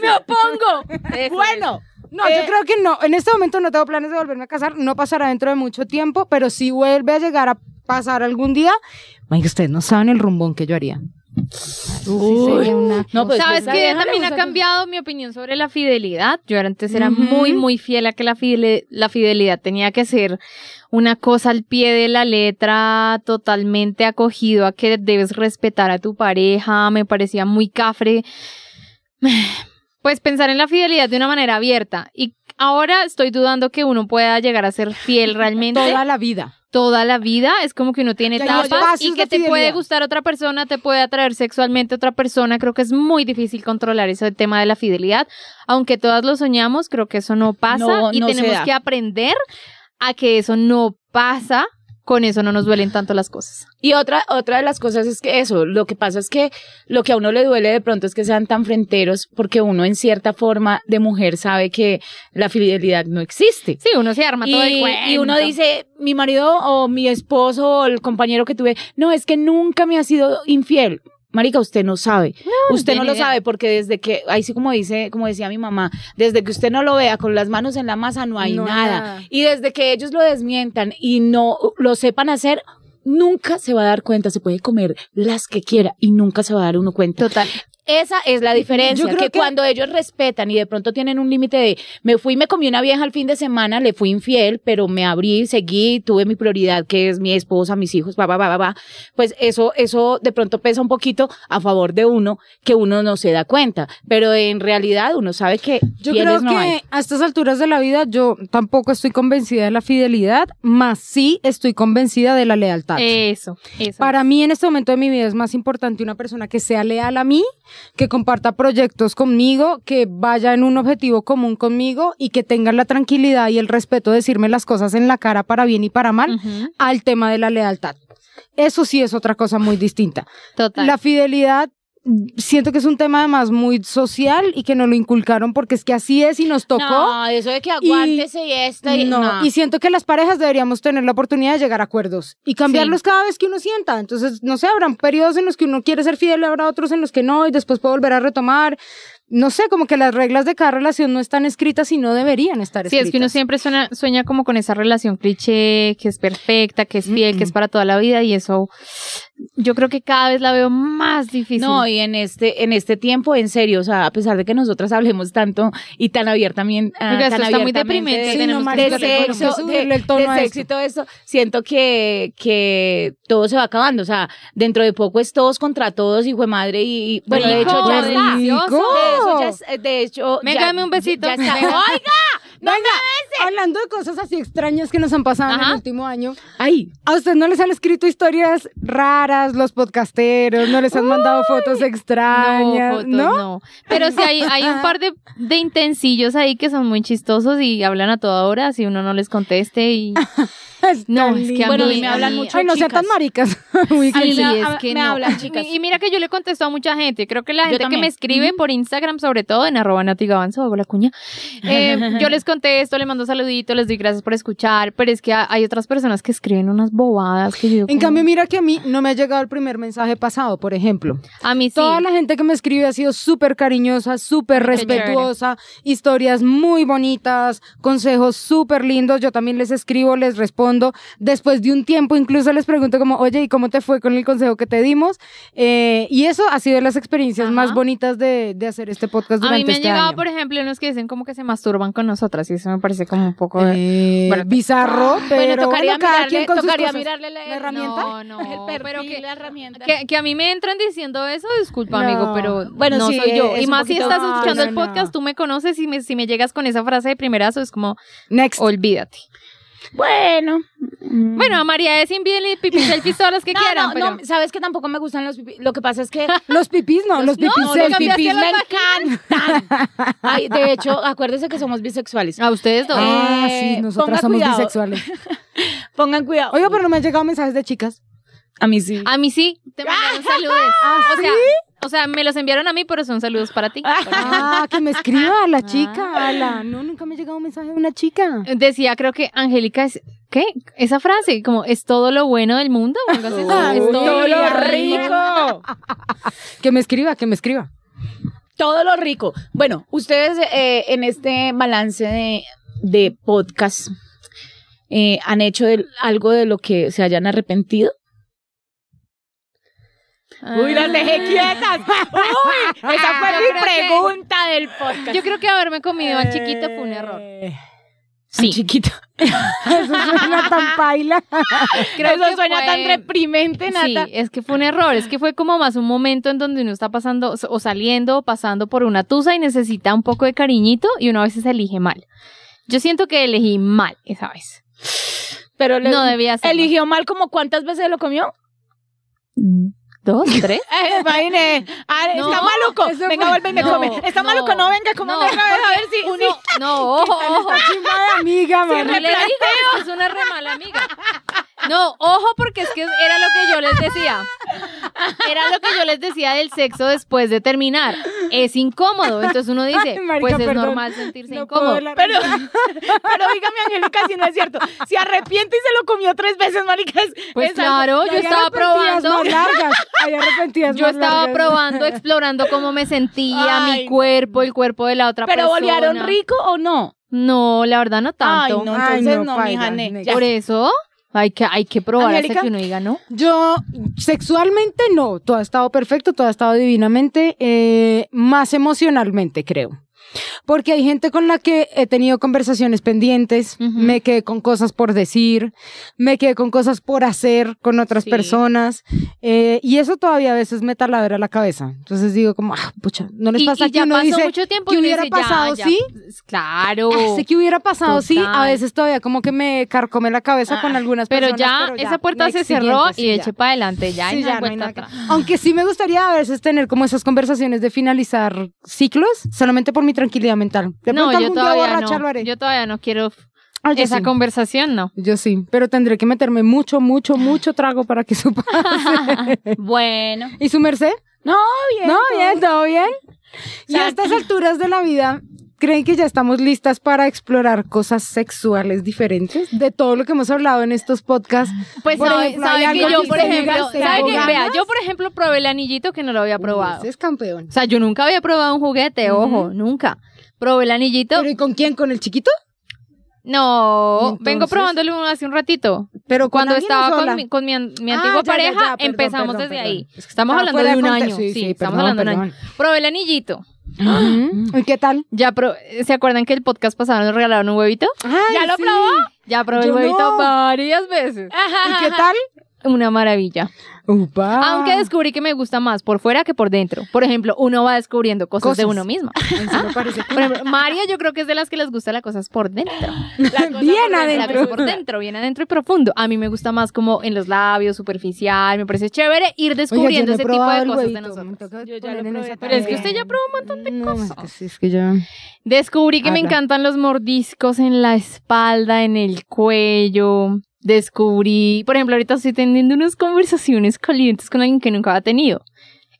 Speaker 4: ¡Me opongo!
Speaker 3: Bueno,
Speaker 5: No,
Speaker 3: Eh,
Speaker 5: yo creo que no. En este momento no tengo planes de volverme a casar. No pasará dentro de mucho tiempo, pero si vuelve a llegar a pasar algún día, Mike, ustedes no saben el rumbón que yo haría.
Speaker 3: no, pues,
Speaker 4: ¿Sabes
Speaker 3: esa
Speaker 4: que
Speaker 3: vieja le
Speaker 4: También ha
Speaker 3: gusta-
Speaker 4: cambiado mi opinión sobre la fidelidad. Yo era- antes era muy, muy fiel a que la, fide- la fidelidad tenía que ser una cosa al pie de la letra, totalmente acogido a que debes respetar a tu pareja. Me parecía muy cafre. pues pensar en la fidelidad de una manera abierta. Y ahora estoy dudando que uno pueda llegar a ser fiel realmente
Speaker 5: Toda la vida.
Speaker 4: toda la vida. Es como que uno tiene
Speaker 5: Ya hay
Speaker 4: etapas
Speaker 5: espacios
Speaker 4: y que
Speaker 5: de
Speaker 4: te puede
Speaker 5: fidelidad.
Speaker 4: gustar otra persona, te puede atraer sexualmente otra persona. Creo que es muy difícil controlar ese tema de la fidelidad. Aunque todas lo soñamos, creo que eso no pasa
Speaker 3: No,
Speaker 4: y
Speaker 3: no se
Speaker 4: tenemos
Speaker 3: da.
Speaker 4: que aprender a que eso no pasa. Con eso no nos duelen tanto las cosas.
Speaker 3: Y otra, otra de las cosas es que eso, lo que pasa es que lo que a uno le duele de pronto es que sean tan fronteros porque uno en cierta forma de mujer sabe que la fidelidad no existe.
Speaker 4: Sí, uno se arma
Speaker 3: Y,
Speaker 4: todo el cuento.
Speaker 3: y uno dice, mi marido o mi esposo o el compañero que tuve, no, es que nunca me ha sido infiel. Marica, usted no sabe. usted no
Speaker 4: tiene
Speaker 3: lo
Speaker 4: idea.
Speaker 3: sabe porque desde que, ahí sí como dice, como decía mi mamá, desde que usted no lo vea con las manos en la masa no hay
Speaker 4: No hay
Speaker 3: nada.
Speaker 4: nada.
Speaker 3: Y desde que ellos lo desmientan y no lo sepan hacer, nunca se va a dar cuenta, se puede comer las que quiera y nunca se va a dar uno cuenta.
Speaker 4: Total.
Speaker 3: Esa es la diferencia,
Speaker 5: Yo creo
Speaker 3: que,
Speaker 5: que-
Speaker 3: cuando ellos respetan y de pronto tienen un límite de me fui, me comí una vieja al fin de semana, le fui infiel, pero me abrí, seguí, tuve mi prioridad que es mi esposa, mis hijos, va, va, va, va, va. Pues eso, eso de pronto pesa un poquito a favor de uno que uno no se da cuenta, pero en realidad uno sabe que
Speaker 5: Yo creo
Speaker 3: no
Speaker 5: que
Speaker 3: hay.
Speaker 5: a estas alturas de la vida yo tampoco estoy convencida de la fidelidad, más sí estoy convencida de la lealtad.
Speaker 4: Eso, eso.
Speaker 5: Para mí en este momento de mi vida es más importante una persona que sea leal a mí, que comparta proyectos conmigo, que vaya en un objetivo común conmigo y que tenga la tranquilidad y el respeto de decirme las cosas en la cara para bien y para mal
Speaker 4: Ujú,
Speaker 5: al tema de la lealtad. Eso sí es otra cosa muy distinta.
Speaker 4: Total.
Speaker 5: La fidelidad mm, siento que es un tema además muy social y que nos lo inculcaron porque es que así es y nos tocó.
Speaker 3: No, eso de que aguántese y, esta y
Speaker 5: No, y siento que las parejas deberíamos tener la oportunidad de llegar a acuerdos y cambiarlos cada vez que uno sienta. Entonces, no sé, habrán periodos en los que uno quiere ser fiel, habrá otros en los que no, y después puede volver a retomar. No sé, como que las reglas de cada relación no están escritas y no deberían estar
Speaker 4: Sí,
Speaker 5: escritas.
Speaker 4: es que uno siempre suena- sueña como con esa relación cliché, que es perfecta, que es fiel, que es para toda la vida y eso yo creo que cada vez la veo más difícil.
Speaker 3: No, y en este, en este tiempo, en serio, o sea, a pesar de que nosotras hablemos tanto y tan abiertamente, ah,
Speaker 4: Oiga, esto
Speaker 3: tan
Speaker 4: está muy
Speaker 3: abiertamente
Speaker 4: deprimente,
Speaker 3: de-
Speaker 5: Sí,
Speaker 4: tenemos
Speaker 5: no,
Speaker 4: que
Speaker 5: marica,
Speaker 3: de
Speaker 5: Marica, tenemos que
Speaker 3: sexo, de,
Speaker 5: subirle el tono
Speaker 3: de
Speaker 5: a
Speaker 3: sexo y todo eso, siento que, que todo se va acabando, o sea, dentro de poco es todos contra todos, hijo de madre, y, y, bueno, de
Speaker 4: Rico,
Speaker 3: hecho ya
Speaker 4: qué
Speaker 3: está.
Speaker 4: rico.
Speaker 3: De eso ya es- de hecho,
Speaker 4: Venga,
Speaker 3: ya-
Speaker 4: dame un besito.
Speaker 3: ya está.
Speaker 4: Venga.
Speaker 3: ¡Oiga!
Speaker 5: Venga, hablando de cosas así extrañas que nos han pasado en
Speaker 4: Ajá.
Speaker 5: el último año,
Speaker 3: ¡Ay!
Speaker 5: ¿a ustedes no les han escrito historias raras los podcasteros? ¿No les han mandado fotos
Speaker 4: no,
Speaker 5: extrañas?
Speaker 4: fotos, no. Pero sí hay, hay un par de, de intensillos ahí que son muy chistosos y hablan a toda hora si uno no les conteste y No,
Speaker 5: Tan
Speaker 4: es que a
Speaker 3: Bueno,
Speaker 5: lindo.
Speaker 3: a mí me hablan mucho
Speaker 5: Ay, no sean
Speaker 3: chicas.
Speaker 5: tan maricas. Uy,
Speaker 3: A mí
Speaker 4: Sí,
Speaker 3: me,
Speaker 4: es
Speaker 3: a-
Speaker 4: que
Speaker 3: me
Speaker 4: no.
Speaker 3: hablan chicas.
Speaker 4: Y, y mira que yo le contesto a mucha gente. Creo que la
Speaker 3: Yo
Speaker 4: gente que
Speaker 3: también.
Speaker 4: me escribe por Instagram, sobre todo en arroba natigavanza, hago la cuña. eh, yo les contesto, les mando saluditos, les doy gracias por escuchar. Pero es que ha- hay otras personas que escriben unas bobadas que yo.
Speaker 5: En
Speaker 4: como-
Speaker 5: cambio, mira que a mí no me ha llegado el primer mensaje pasado, por ejemplo.
Speaker 4: a mí sí.
Speaker 5: Toda la gente que me escribe ha sido súper cariñosa, súper
Speaker 4: Ay, qué
Speaker 5: respetuosa, historias muy bonitas, consejos súper lindos. Yo también les escribo, les respondo. Después de un tiempo, incluso les pregunto como, oye, ¿y cómo te fue con el consejo que te dimos? Eh, y eso ha sido las experiencias
Speaker 4: Ajá.
Speaker 5: más bonitas de, de hacer este podcast
Speaker 4: a
Speaker 5: durante
Speaker 4: mí me han
Speaker 5: este
Speaker 4: llegado,
Speaker 5: año.
Speaker 4: por ejemplo, unos que dicen como que se masturban con nosotras y eso me parece como un poco de...
Speaker 5: Eh,
Speaker 4: Bueno,
Speaker 5: bizarro, pero
Speaker 3: bueno, tocaría
Speaker 5: bueno, cada quien
Speaker 3: mirarle,
Speaker 5: con sus
Speaker 3: tocaría
Speaker 5: cosas.
Speaker 3: mirarle la,
Speaker 5: ¿La herramienta?
Speaker 4: No, no,
Speaker 3: el
Speaker 4: pero
Speaker 3: perfil,
Speaker 4: que-
Speaker 3: la herramienta.
Speaker 4: Que, que a mí me entran diciendo eso, disculpa,
Speaker 5: No.
Speaker 4: amigo, pero
Speaker 3: Bueno,
Speaker 4: no
Speaker 3: sí,
Speaker 4: soy yo.
Speaker 3: es
Speaker 4: Y
Speaker 3: un
Speaker 4: más si
Speaker 3: poquito-
Speaker 4: estás
Speaker 5: No,
Speaker 4: escuchando
Speaker 5: no,
Speaker 4: el
Speaker 5: no.
Speaker 4: podcast, tú me conoces y me, si me llegas con esa frase de primerazo, es como,
Speaker 5: Next.
Speaker 4: olvídate.
Speaker 3: Bueno.
Speaker 4: Bueno, a María es inviel y pipi selfies todas las que
Speaker 3: No,
Speaker 4: quieran,
Speaker 3: no,
Speaker 4: pero...
Speaker 3: no, sabes que tampoco me gustan los pipí. Lo que pasa es que
Speaker 5: Los pipis no, los, pipis
Speaker 4: no,
Speaker 5: selfies.
Speaker 3: los
Speaker 4: cambiaste
Speaker 3: pipís
Speaker 4: las
Speaker 3: me encantan. Ay, de hecho, acuérdese que somos bisexuales.
Speaker 4: A ustedes dos.
Speaker 3: Ah.
Speaker 5: Ah, sí,
Speaker 3: Eh, ponga
Speaker 5: nosotras somos
Speaker 3: cuidado.
Speaker 5: bisexuales.
Speaker 3: Pongan cuidado.
Speaker 5: Oiga, pero no me han llegado mensajes de chicas.
Speaker 3: a mí sí.
Speaker 4: A mí sí, te mandaron saludos. o, sea, o sea, me los enviaron a mí, pero son saludos para ti.
Speaker 5: Ah, que me escriba a la chica, a la. No, nunca me ha llegado un mensaje de una chica.
Speaker 4: Decía, creo que Angélica es... ¿Qué? Esa frase, como, ¿es todo lo bueno del mundo? o algo así.
Speaker 5: Ay,
Speaker 4: es
Speaker 5: todo lo
Speaker 4: bueno del
Speaker 5: rico.
Speaker 4: mundo.
Speaker 5: Que me escriba, que me escriba.
Speaker 3: Todo lo rico. Bueno, ustedes eh, en este balance de, de podcast eh, han hecho del- algo de lo que se hayan arrepentido.
Speaker 4: Ah.
Speaker 3: quietas. Uy,
Speaker 4: esa fue mi
Speaker 3: pregunta del podcast.
Speaker 4: Yo creo que haberme comido al chiquito fue un error. Sí.
Speaker 3: Chiquito.
Speaker 5: Eso suena tan paila.
Speaker 3: Eso suena
Speaker 4: fue-
Speaker 3: tan reprimente, Nata.
Speaker 4: Sí, es que fue un error, es que fue como más un momento en donde uno está pasando o s- o saliendo o pasando por una tusa y necesita un poco de cariñito y uno a veces elige mal. Yo siento que elegí mal esa vez.
Speaker 3: Pero le-
Speaker 4: No debía ser.
Speaker 3: eligió mal como cuántas veces lo comió.
Speaker 4: Mm, ¿Dos? ¿Tres?
Speaker 3: Eh, imagine. Ah,
Speaker 4: No,
Speaker 3: está maluco.
Speaker 5: eso
Speaker 3: Venga,
Speaker 5: fue-
Speaker 3: vuelve y me
Speaker 4: no,
Speaker 3: come. Está
Speaker 4: no,
Speaker 3: maluco, no venga, como
Speaker 4: no,
Speaker 3: otra vez. A ver si.
Speaker 4: uno-
Speaker 3: si-
Speaker 4: No, ojo, ojo.
Speaker 5: Chimba de amiga,
Speaker 4: No le
Speaker 5: mami.
Speaker 4: digas que es una re mala amiga. No, ojo, porque es que era lo que yo les decía. Era lo que yo les decía del sexo después de terminar. Es incómodo. Entonces uno dice,
Speaker 5: Ay, marica,
Speaker 4: pues es
Speaker 5: perdón.
Speaker 4: normal sentirse
Speaker 5: No puedo
Speaker 4: incómodo.
Speaker 5: hablar.
Speaker 3: Pero, pero dígame, Angélica, si no es cierto. Si arrepiente y se lo comió tres veces, maricas.
Speaker 4: Pues
Speaker 3: es algo-
Speaker 4: claro, yo
Speaker 5: Hay
Speaker 4: estaba
Speaker 5: arrepentidas
Speaker 4: probando.
Speaker 5: más largas. Hay arrepentidas
Speaker 4: Yo
Speaker 5: más
Speaker 4: estaba
Speaker 5: largas.
Speaker 4: probando, explorando cómo me sentía,
Speaker 3: Ay,
Speaker 4: mi
Speaker 3: no.
Speaker 4: cuerpo, el cuerpo de la otra
Speaker 3: ¿Pero
Speaker 4: persona.
Speaker 3: bolearon rico o no?
Speaker 4: No, la verdad no tanto.
Speaker 3: Ay, no,
Speaker 5: Ay,
Speaker 3: entonces
Speaker 5: no,
Speaker 3: no,
Speaker 5: paila,
Speaker 3: mija, ne-
Speaker 5: ne-
Speaker 3: ya.
Speaker 4: Por eso hay que, hay que probar hasta
Speaker 3: Angélica.
Speaker 4: que uno diga no.
Speaker 5: Yo sexualmente no, todo ha estado perfecto, todo ha estado divinamente, eh, más emocionalmente creo. Porque hay gente con la que he tenido conversaciones pendientes,
Speaker 4: Ujú.
Speaker 5: me quedé con cosas por decir, me quedé con cosas por hacer con otras
Speaker 3: Sí.
Speaker 5: personas, eh, y eso todavía a veces me taladra la cabeza. Entonces digo como, ah, pucha, ¿no les
Speaker 4: Y,
Speaker 5: pasa
Speaker 4: y
Speaker 5: que
Speaker 4: ya
Speaker 5: uno
Speaker 4: pasó
Speaker 5: dice,
Speaker 4: mucho tiempo
Speaker 5: ¿qué
Speaker 4: y uno
Speaker 5: hubiera
Speaker 4: dice, ya,
Speaker 5: pasado
Speaker 4: ya. Pues,
Speaker 5: si?
Speaker 4: Claro.
Speaker 5: Ah, sé que hubiera pasado, sí, a
Speaker 4: Total.
Speaker 5: veces todavía como que me carcome la cabeza con
Speaker 3: Ah,
Speaker 5: algunas
Speaker 4: Pero
Speaker 5: personas.
Speaker 4: ya, esa puerta
Speaker 5: next
Speaker 4: se cerró
Speaker 5: siguiente, sí,
Speaker 4: y
Speaker 5: ya.
Speaker 4: eché para adelante. Ya,
Speaker 5: Sí,
Speaker 4: y no hay
Speaker 5: ya, no hay
Speaker 4: vuelta
Speaker 5: nada que-
Speaker 4: atrás.
Speaker 5: Aunque sí me gustaría a veces tener como esas conversaciones de finalizar ciclos, solamente por mi tranquilidad mental. De
Speaker 4: no,
Speaker 5: pronto
Speaker 4: yo
Speaker 5: algún día
Speaker 4: todavía
Speaker 5: borracha lo
Speaker 4: no.
Speaker 5: haré.
Speaker 4: Yo todavía no quiero
Speaker 5: Ah, yo
Speaker 4: esa
Speaker 5: sí.
Speaker 4: conversación, no.
Speaker 5: Yo sí, pero tendré que meterme mucho, mucho, mucho trago para que eso pase.
Speaker 3: Bueno.
Speaker 5: ¿Y su merced?
Speaker 3: No, bien.
Speaker 5: No,
Speaker 3: todo.
Speaker 5: bien, todo bien. Y
Speaker 3: sea,
Speaker 5: a estas alturas de la vida, ¿creen que ya estamos listas para explorar cosas sexuales diferentes? De todo lo que hemos hablado en estos podcasts.
Speaker 4: Pues
Speaker 5: Por
Speaker 4: sabe,
Speaker 5: ejemplo, hay
Speaker 4: sabe
Speaker 5: algo
Speaker 4: que yo,
Speaker 5: que
Speaker 4: por
Speaker 5: usted
Speaker 4: ejemplo,
Speaker 5: diga, ¿te
Speaker 4: sabe que,
Speaker 5: ganas?
Speaker 4: vea, yo, por ejemplo, probé el anillito que no lo había probado.
Speaker 5: Ese es campeón.
Speaker 4: O sea, yo nunca había probado un juguete, ojo, nunca. Probé el anillito.
Speaker 5: ¿Pero y con quién? ¿Con el chiquito?
Speaker 4: no,
Speaker 5: ¿Y entonces?
Speaker 4: vengo probándolo hace un ratito.
Speaker 5: Pero con
Speaker 4: Cuando
Speaker 5: alguien o
Speaker 4: estaba
Speaker 5: sola?
Speaker 4: con mi, con mi an- mi
Speaker 5: Ah,
Speaker 4: antigua
Speaker 5: ya, ya,
Speaker 4: pareja,
Speaker 5: ya, perdón,
Speaker 4: empezamos
Speaker 5: perdón,
Speaker 4: desde
Speaker 5: perdón.
Speaker 4: ahí.
Speaker 5: Es
Speaker 4: Estamos
Speaker 5: que estaba
Speaker 4: hablando
Speaker 5: fuera
Speaker 4: de un
Speaker 5: contexto.
Speaker 4: año.
Speaker 5: Sí,
Speaker 4: Sí,
Speaker 5: sí,
Speaker 4: estamos
Speaker 5: perdón,
Speaker 4: hablando de un año. Probé el anillito.
Speaker 5: Ujú. ¿Y qué tal?
Speaker 4: Ya pro- ¿Se acuerdan que el podcast pasado nos regalaron un huevito?
Speaker 3: ¿Ya lo
Speaker 5: sí.
Speaker 3: probó?
Speaker 4: Ya probé
Speaker 5: Yo
Speaker 4: el huevito
Speaker 5: no.
Speaker 4: varias veces.
Speaker 5: ¿Y qué tal?
Speaker 4: Una maravilla.
Speaker 5: Upa.
Speaker 4: Aunque descubrí que me gusta más por fuera que por dentro. Por ejemplo, uno va descubriendo cosas, de
Speaker 5: Cosas.
Speaker 4: uno misma.
Speaker 5: Eso me parece
Speaker 4: Por ejemplo, María yo creo que es de las que les gusta las cosas por dentro.
Speaker 5: bien
Speaker 4: La cosa
Speaker 5: adentro.
Speaker 4: por dentro, bien adentro y profundo. A mí me gusta más como en los labios, superficial, me parece chévere ir descubriendo ese tipo de cosas de nosotros.
Speaker 3: Yo ya lo probé, pero
Speaker 4: Pero es que
Speaker 3: Bien.
Speaker 4: usted ya probó un montón de cosas.
Speaker 5: Es que sí, es que yo...
Speaker 4: Descubrí que me
Speaker 5: Habla.
Speaker 4: encantan los mordiscos en la espalda, en el cuello. Descubrí, por ejemplo, ahorita estoy teniendo unas conversaciones calientes con alguien que nunca había tenido.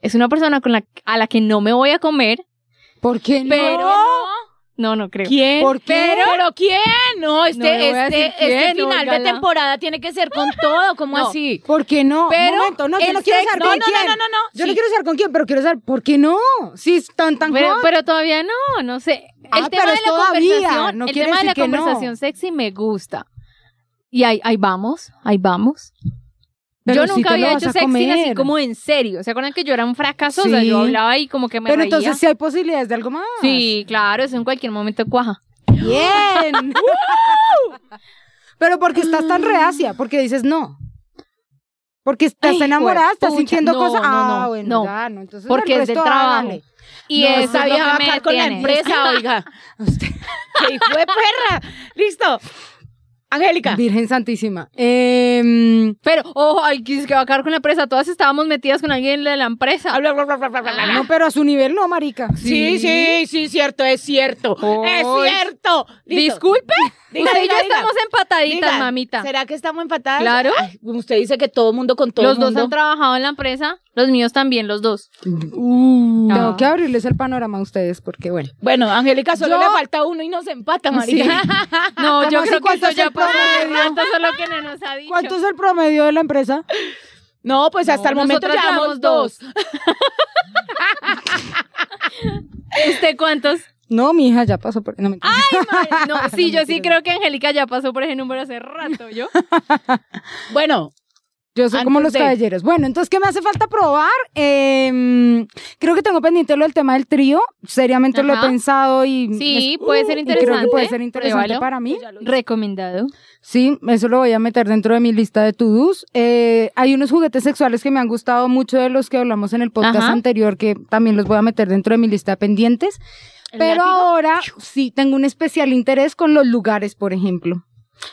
Speaker 4: Es una persona con la, a la que no me voy a comer,
Speaker 5: ¿Por qué no?
Speaker 4: pero no, no creo.
Speaker 3: ¿Quién?
Speaker 5: ¿Por qué?
Speaker 3: ¿Pero? ¿Pero quién? No, este,
Speaker 4: No le voy a
Speaker 3: este,
Speaker 4: decir
Speaker 3: este
Speaker 4: quién,
Speaker 3: final de
Speaker 4: óigala.
Speaker 3: temporada tiene que ser con todo, ¿cómo
Speaker 4: No.
Speaker 3: así?
Speaker 5: ¿Por qué no?
Speaker 4: Pero
Speaker 5: Un momento, no, yo
Speaker 4: el
Speaker 5: no quiero
Speaker 4: sexo-
Speaker 5: saber
Speaker 3: No,
Speaker 5: con
Speaker 3: no,
Speaker 5: quién.
Speaker 3: no, no, no, no.
Speaker 5: Yo
Speaker 3: Sí.
Speaker 5: no quiero saber con quién, pero quiero saber por qué no. Sí, es tan, tan
Speaker 4: Pero,
Speaker 5: hot.
Speaker 4: pero todavía no, no sé. El tema
Speaker 5: Ah, pero
Speaker 4: de
Speaker 5: es
Speaker 4: la
Speaker 5: todavía,
Speaker 4: conversación,
Speaker 5: no
Speaker 4: el
Speaker 5: quiere
Speaker 4: tema de la
Speaker 5: decir que no.
Speaker 4: conversación sexy me gusta. Y ahí, ahí vamos, ahí vamos.
Speaker 5: Pero
Speaker 4: yo
Speaker 5: si
Speaker 4: nunca
Speaker 5: te lo
Speaker 4: había
Speaker 5: vas
Speaker 4: hecho
Speaker 5: a
Speaker 4: sexy así
Speaker 5: comer.
Speaker 4: como en serio. ¿Se acuerdan que yo era un fracasosa?
Speaker 5: Sí.
Speaker 4: Yo hablaba ahí como que me
Speaker 5: Pero
Speaker 4: reía.
Speaker 5: entonces sí hay posibilidades de algo más.
Speaker 4: Sí, claro, eso en cualquier momento cuaja.
Speaker 5: Bien. Pero porque estás tan reacia, porque dices no. Porque estás
Speaker 4: Ay,
Speaker 5: enamorada, estás
Speaker 4: juepucha,
Speaker 5: sintiendo
Speaker 4: no,
Speaker 5: cosas.
Speaker 4: no,
Speaker 5: ah,
Speaker 4: no,
Speaker 5: bueno,
Speaker 4: no.
Speaker 5: ya, no. Entonces,
Speaker 4: Porque
Speaker 5: el
Speaker 4: es del
Speaker 5: resto,
Speaker 4: trabajo.
Speaker 5: hágale.
Speaker 4: Y
Speaker 3: No,
Speaker 4: eso
Speaker 3: esa
Speaker 4: es lo
Speaker 3: vieja va
Speaker 4: que
Speaker 3: a
Speaker 4: me
Speaker 3: acabar con la
Speaker 4: detiene.
Speaker 3: empresa, oiga.
Speaker 5: Usted-
Speaker 3: ¡Qué hijo de perra! ¡Listo! Angélica.
Speaker 5: Virgen Santísima. Em,
Speaker 4: Pero, ojo, ay, que es que va a acabar con la empresa. Todas estábamos metidas con alguien de la empresa.
Speaker 3: Habla, bla, bla, bla, bla, bla, bla.
Speaker 5: no, pero a su nivel no, marica.
Speaker 3: Sí, Ah, sí, sí, cierto, es cierto. Es
Speaker 4: Uy.
Speaker 3: cierto. Listo.
Speaker 4: Disculpe.
Speaker 3: Diga,
Speaker 4: Usted
Speaker 3: diga,
Speaker 4: y yo
Speaker 3: diga.
Speaker 4: estamos empataditas,
Speaker 3: Diga,
Speaker 4: mamita.
Speaker 3: ¿Será que estamos empatadas?
Speaker 4: Claro.
Speaker 3: Ay, usted dice que todo mundo con todo
Speaker 4: los dos
Speaker 3: mundo.
Speaker 4: han trabajado en la empresa, los míos también, los dos.
Speaker 5: Tengo
Speaker 4: Ah.
Speaker 5: que abrirles el panorama a ustedes porque, bueno.
Speaker 3: Bueno, Angélica, solo
Speaker 5: Yo-
Speaker 3: le falta uno y nos empata, María.
Speaker 4: No, yo
Speaker 5: ¿Cómo así?
Speaker 4: creo que eso
Speaker 5: ¿Cuánto es el
Speaker 4: ya pasó hace
Speaker 5: promedio?
Speaker 4: rato, solo que no nos ha dicho.
Speaker 5: ¿Cuánto es el promedio de la empresa?
Speaker 3: No, pues hasta
Speaker 4: No,
Speaker 3: el momento
Speaker 4: nosotras
Speaker 3: llevamos dos.
Speaker 4: llevamos dos. ¿Usted cuántos?
Speaker 5: No, mi hija ya pasó por. No, mentira.
Speaker 4: No, sí,
Speaker 5: No,
Speaker 4: yo sí
Speaker 5: mentira.
Speaker 4: creo que Angélica ya pasó por ese número hace rato, ¿yo?
Speaker 3: Bueno,
Speaker 5: Yo soy como
Speaker 3: Antes
Speaker 5: los
Speaker 3: de-
Speaker 5: caballeros. Bueno, entonces, ¿qué me hace falta probar? Em, creo que tengo pendiente lo del tema del trío. Seriamente lo he
Speaker 4: Ajá.
Speaker 5: pensado y.
Speaker 4: Sí, puede ser
Speaker 5: y creo que puede
Speaker 4: interesante.
Speaker 5: ser interesante
Speaker 4: Pruébalo.
Speaker 5: para
Speaker 3: pues
Speaker 5: mí.
Speaker 4: Recomendado.
Speaker 5: Sí, eso lo voy a meter dentro de mi lista de to-dos. Eh, hay unos juguetes sexuales que me han gustado mucho de los que hablamos en el podcast
Speaker 4: Ajá.
Speaker 5: anterior, que también los voy a meter dentro de mi lista de pendientes.
Speaker 4: ¿El
Speaker 5: Pero
Speaker 4: látigo?
Speaker 5: ahora sí tengo un especial interés con los lugares, por ejemplo.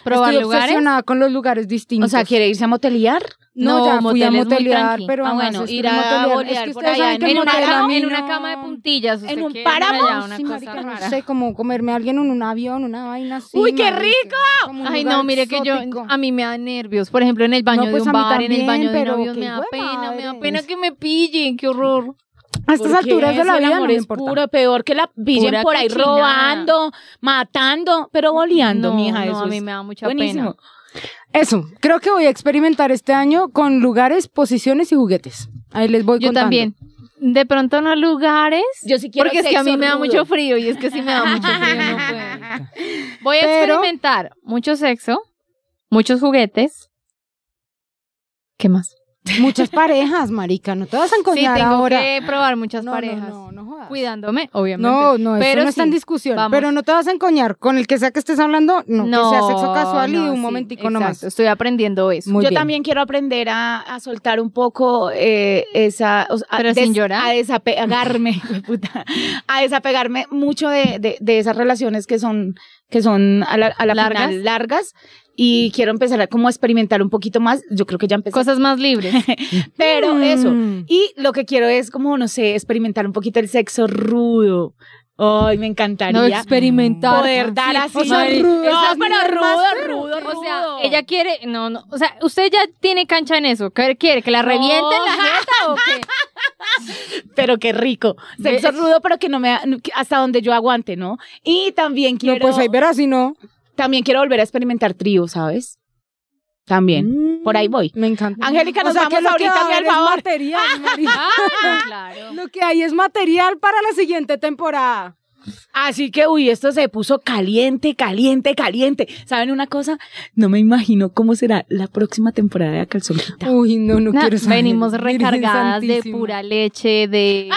Speaker 4: Probar
Speaker 5: Estoy
Speaker 4: lugares.
Speaker 5: obsesionada con los lugares
Speaker 3: O
Speaker 5: distintos.
Speaker 3: sea, ¿quiere irse a motelear?
Speaker 5: no,
Speaker 4: No,
Speaker 5: ya fui a
Speaker 4: motel es muy
Speaker 5: motelear,
Speaker 4: tranqui.
Speaker 5: pero
Speaker 3: Ah,
Speaker 5: además
Speaker 3: bueno,
Speaker 5: es que
Speaker 3: ir a
Speaker 5: motelear- es
Speaker 3: bolear
Speaker 5: que
Speaker 3: por
Speaker 5: ustedes
Speaker 3: allá
Speaker 5: saben
Speaker 3: en
Speaker 5: que el
Speaker 4: En una,
Speaker 5: motel a
Speaker 4: cama,
Speaker 5: mí
Speaker 4: en una
Speaker 5: no-
Speaker 4: cama de puntillas.
Speaker 3: ¿En
Speaker 4: usted
Speaker 3: un
Speaker 4: que
Speaker 3: páramo?
Speaker 4: allá, una
Speaker 5: Sí,
Speaker 4: cosa
Speaker 5: marica, no
Speaker 4: rara.
Speaker 5: sé, como comerme a alguien en un avión, una vaina así.
Speaker 3: ¡Uy, qué
Speaker 5: marica,
Speaker 3: rico!
Speaker 5: como un
Speaker 4: Ay,
Speaker 5: lugar
Speaker 4: no, mire que yo,
Speaker 5: exótico.
Speaker 4: a mí me da nervios. Por ejemplo, en el baño
Speaker 5: No, pues
Speaker 4: de
Speaker 5: a
Speaker 4: un
Speaker 5: mí
Speaker 4: bar, en el
Speaker 5: también,
Speaker 4: baño de un
Speaker 5: pero
Speaker 4: avión,
Speaker 5: qué
Speaker 4: me da
Speaker 5: hijo de
Speaker 4: pena, me da
Speaker 5: madre.
Speaker 4: pena que me pillen, qué horror.
Speaker 5: A estas
Speaker 3: ¿Por qué?
Speaker 5: alturas de
Speaker 3: Si
Speaker 5: la
Speaker 3: el
Speaker 5: vida no
Speaker 3: amor
Speaker 5: me
Speaker 3: es
Speaker 5: importa.
Speaker 3: puro, peor que la pillen
Speaker 4: Pura
Speaker 3: por ahí
Speaker 4: cochinada.
Speaker 3: robando, matando, pero boleando,
Speaker 4: no,
Speaker 3: mija,
Speaker 4: no,
Speaker 3: eso
Speaker 4: a mí
Speaker 3: es
Speaker 4: me da mucha
Speaker 3: buenísimo.
Speaker 4: pena.
Speaker 5: Eso, creo que voy a experimentar este año con lugares, posiciones y juguetes. Ahí les voy
Speaker 4: Yo
Speaker 5: contando.
Speaker 4: también. De pronto no lugares.
Speaker 3: Yo sí quiero
Speaker 4: porque es que a mí
Speaker 3: sexo
Speaker 4: me da
Speaker 3: rudo.
Speaker 4: mucho frío y es que sí me da mucho frío. no puedo. Voy a
Speaker 5: Pero-
Speaker 4: experimentar mucho sexo, muchos juguetes. ¿Qué más?
Speaker 5: pues. Muchas parejas, marica, no te vas a
Speaker 4: sí,
Speaker 5: encontrar
Speaker 4: tengo
Speaker 5: ahora.
Speaker 4: que probar muchas
Speaker 5: no,
Speaker 4: parejas.
Speaker 5: No, no, no jodas.
Speaker 4: Cuidándome, obviamente.
Speaker 5: No, no, eso
Speaker 4: Pero
Speaker 5: no está en
Speaker 4: sí,
Speaker 5: discusión.
Speaker 4: vamos.
Speaker 5: Pero no te vas a encoñar con el que sea que estés hablando, no, que sea sexo casual y
Speaker 4: no,
Speaker 5: un
Speaker 4: sí,
Speaker 5: momentico
Speaker 4: exacto,
Speaker 5: nomás.
Speaker 4: Estoy aprendiendo eso.
Speaker 5: Muy
Speaker 3: Yo
Speaker 5: bien.
Speaker 3: también quiero aprender a, a soltar un poco eh, esa. o sea, a,
Speaker 4: Pero sin llorar.
Speaker 3: a desapegarme, puta, a desapegarme mucho de, de- de esas relaciones que son, que son a la, a la
Speaker 4: ¿Largas?
Speaker 3: final largas. Y quiero empezar a como experimentar un poquito más. Yo creo que ya empecé.
Speaker 4: Cosas más libres.
Speaker 3: pero eso.
Speaker 5: Mm.
Speaker 3: Y lo que quiero es como, no sé, experimentar un poquito el sexo rudo. Ay, me
Speaker 4: No
Speaker 3: encantaría
Speaker 4: experimentar.
Speaker 3: poder dar así.
Speaker 5: o sea, rudo,
Speaker 3: No,
Speaker 5: esas
Speaker 3: pero
Speaker 5: nivel
Speaker 3: rudo,
Speaker 5: más,
Speaker 3: rudo, rudo.
Speaker 4: O sea, ella quiere, no, no, o sea, usted ya tiene cancha en eso. ¿Qué quiere? ¿Que la
Speaker 3: No.
Speaker 4: revienten la jeta o qué?
Speaker 3: pero qué rico. Sexo
Speaker 4: ¿Ves?
Speaker 3: rudo, pero que no me hasta donde yo aguante, ¿no? Y también quiero
Speaker 5: No, pues ahí verás si no.
Speaker 3: también quiero volver a experimentar trío, ¿sabes? También.
Speaker 5: Mm.
Speaker 3: por ahí voy.
Speaker 5: Me encanta.
Speaker 3: Angélica, nos
Speaker 5: O sea, que
Speaker 3: vamos
Speaker 5: lo que va
Speaker 3: ahorita,
Speaker 5: a
Speaker 3: mi al
Speaker 5: haber es
Speaker 3: favor.
Speaker 5: material, marica.
Speaker 4: Ah, claro.
Speaker 5: Lo que hay es material para la siguiente temporada.
Speaker 3: Así que, uy, esto se puso caliente, caliente, caliente. ¿Saben una cosa? No me imagino cómo será la próxima temporada de A Calzonquita.
Speaker 5: Uy, no, no
Speaker 4: Na-
Speaker 5: quiero saber.
Speaker 4: venimos
Speaker 5: Virgen
Speaker 4: recargadas de
Speaker 5: Santísima.
Speaker 4: pura leche, de...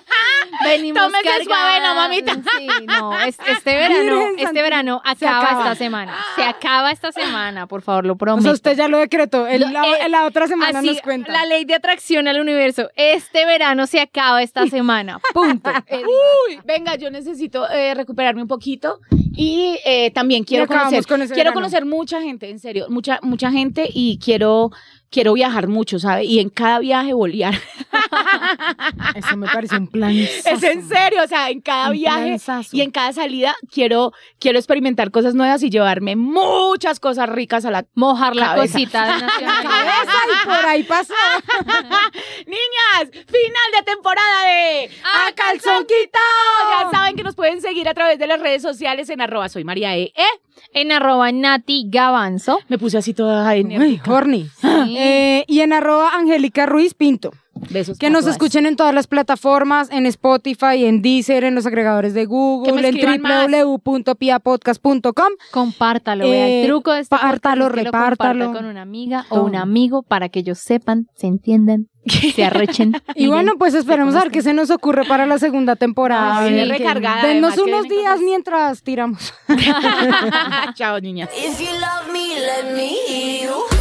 Speaker 4: venimos
Speaker 3: Tómese suave, no, mamita.
Speaker 4: Sí, no, es- este verano,
Speaker 5: Virgen
Speaker 4: este
Speaker 5: Santísima.
Speaker 4: verano
Speaker 5: Se
Speaker 4: acaba,
Speaker 5: acaba.
Speaker 4: esta semana. Se acaba esta semana, por favor, lo
Speaker 5: O sea,
Speaker 4: prometo.
Speaker 5: usted ya lo decretó. El-
Speaker 4: Lo-
Speaker 5: la,
Speaker 4: eh,
Speaker 5: la otra semana
Speaker 4: Así,
Speaker 5: nos cuenta.
Speaker 4: la ley de atracción al universo. Este verano se acaba esta semana. Punto. Eh,
Speaker 3: Venga, yo necesito eh, recuperarme un poquito y eh, también quiero
Speaker 5: acabamos
Speaker 3: conocer,
Speaker 5: con ese
Speaker 3: quiero
Speaker 5: verano.
Speaker 3: conocer mucha gente, en serio, mucha mucha gente y quiero quiero viajar mucho, ¿sabe? Y en cada viaje bolear.
Speaker 5: Eso me parece un plan.
Speaker 3: Es en serio, o sea, en cada viaje y en cada salida quiero quiero experimentar cosas nuevas y llevarme muchas cosas ricas a la
Speaker 4: mojar la
Speaker 3: Cabeza.
Speaker 4: cosita de nacionalidad.
Speaker 5: cabeza y por ahí pasa.
Speaker 3: Niñas, final de temporada de
Speaker 4: ¡A Calzón
Speaker 3: Quitado. Ya saben que nos pueden seguir a través de las redes sociales en arroba soy María E. ¿Eh?
Speaker 4: En arroba Nati Gavanzo.
Speaker 3: Me puse así toda en
Speaker 5: Uy, horny. Eh, y en arroba Angélica Ruiz Pinto.
Speaker 3: besos.
Speaker 5: Que
Speaker 3: para
Speaker 5: nos
Speaker 3: todas.
Speaker 5: escuchen en todas las plataformas, en Spotify, en Deezer, en los agregadores de
Speaker 3: Que me
Speaker 5: Google, en
Speaker 3: escriban más.
Speaker 5: www.piapodcast.com.
Speaker 4: Compártalo, vea,
Speaker 5: Eh,
Speaker 4: el truco de este podcast
Speaker 5: pártalo,
Speaker 4: es que lo
Speaker 5: repártalo.
Speaker 4: comparta con una amiga o
Speaker 5: Todo.
Speaker 4: un amigo para que ellos sepan, se entiendan, se arrechen.
Speaker 5: Y
Speaker 4: miren.
Speaker 5: bueno, pues esperemos a ver
Speaker 4: conozcan.
Speaker 5: qué se nos ocurre para la segunda temporada.
Speaker 3: Ay,
Speaker 5: Así
Speaker 3: viene
Speaker 5: que
Speaker 3: Ah, recargada, además,
Speaker 5: Denos
Speaker 3: que
Speaker 5: unos
Speaker 3: viene con
Speaker 5: días
Speaker 3: cosas.
Speaker 5: mientras tiramos.
Speaker 3: Chao, niñas.
Speaker 2: If you love me, let me hear you.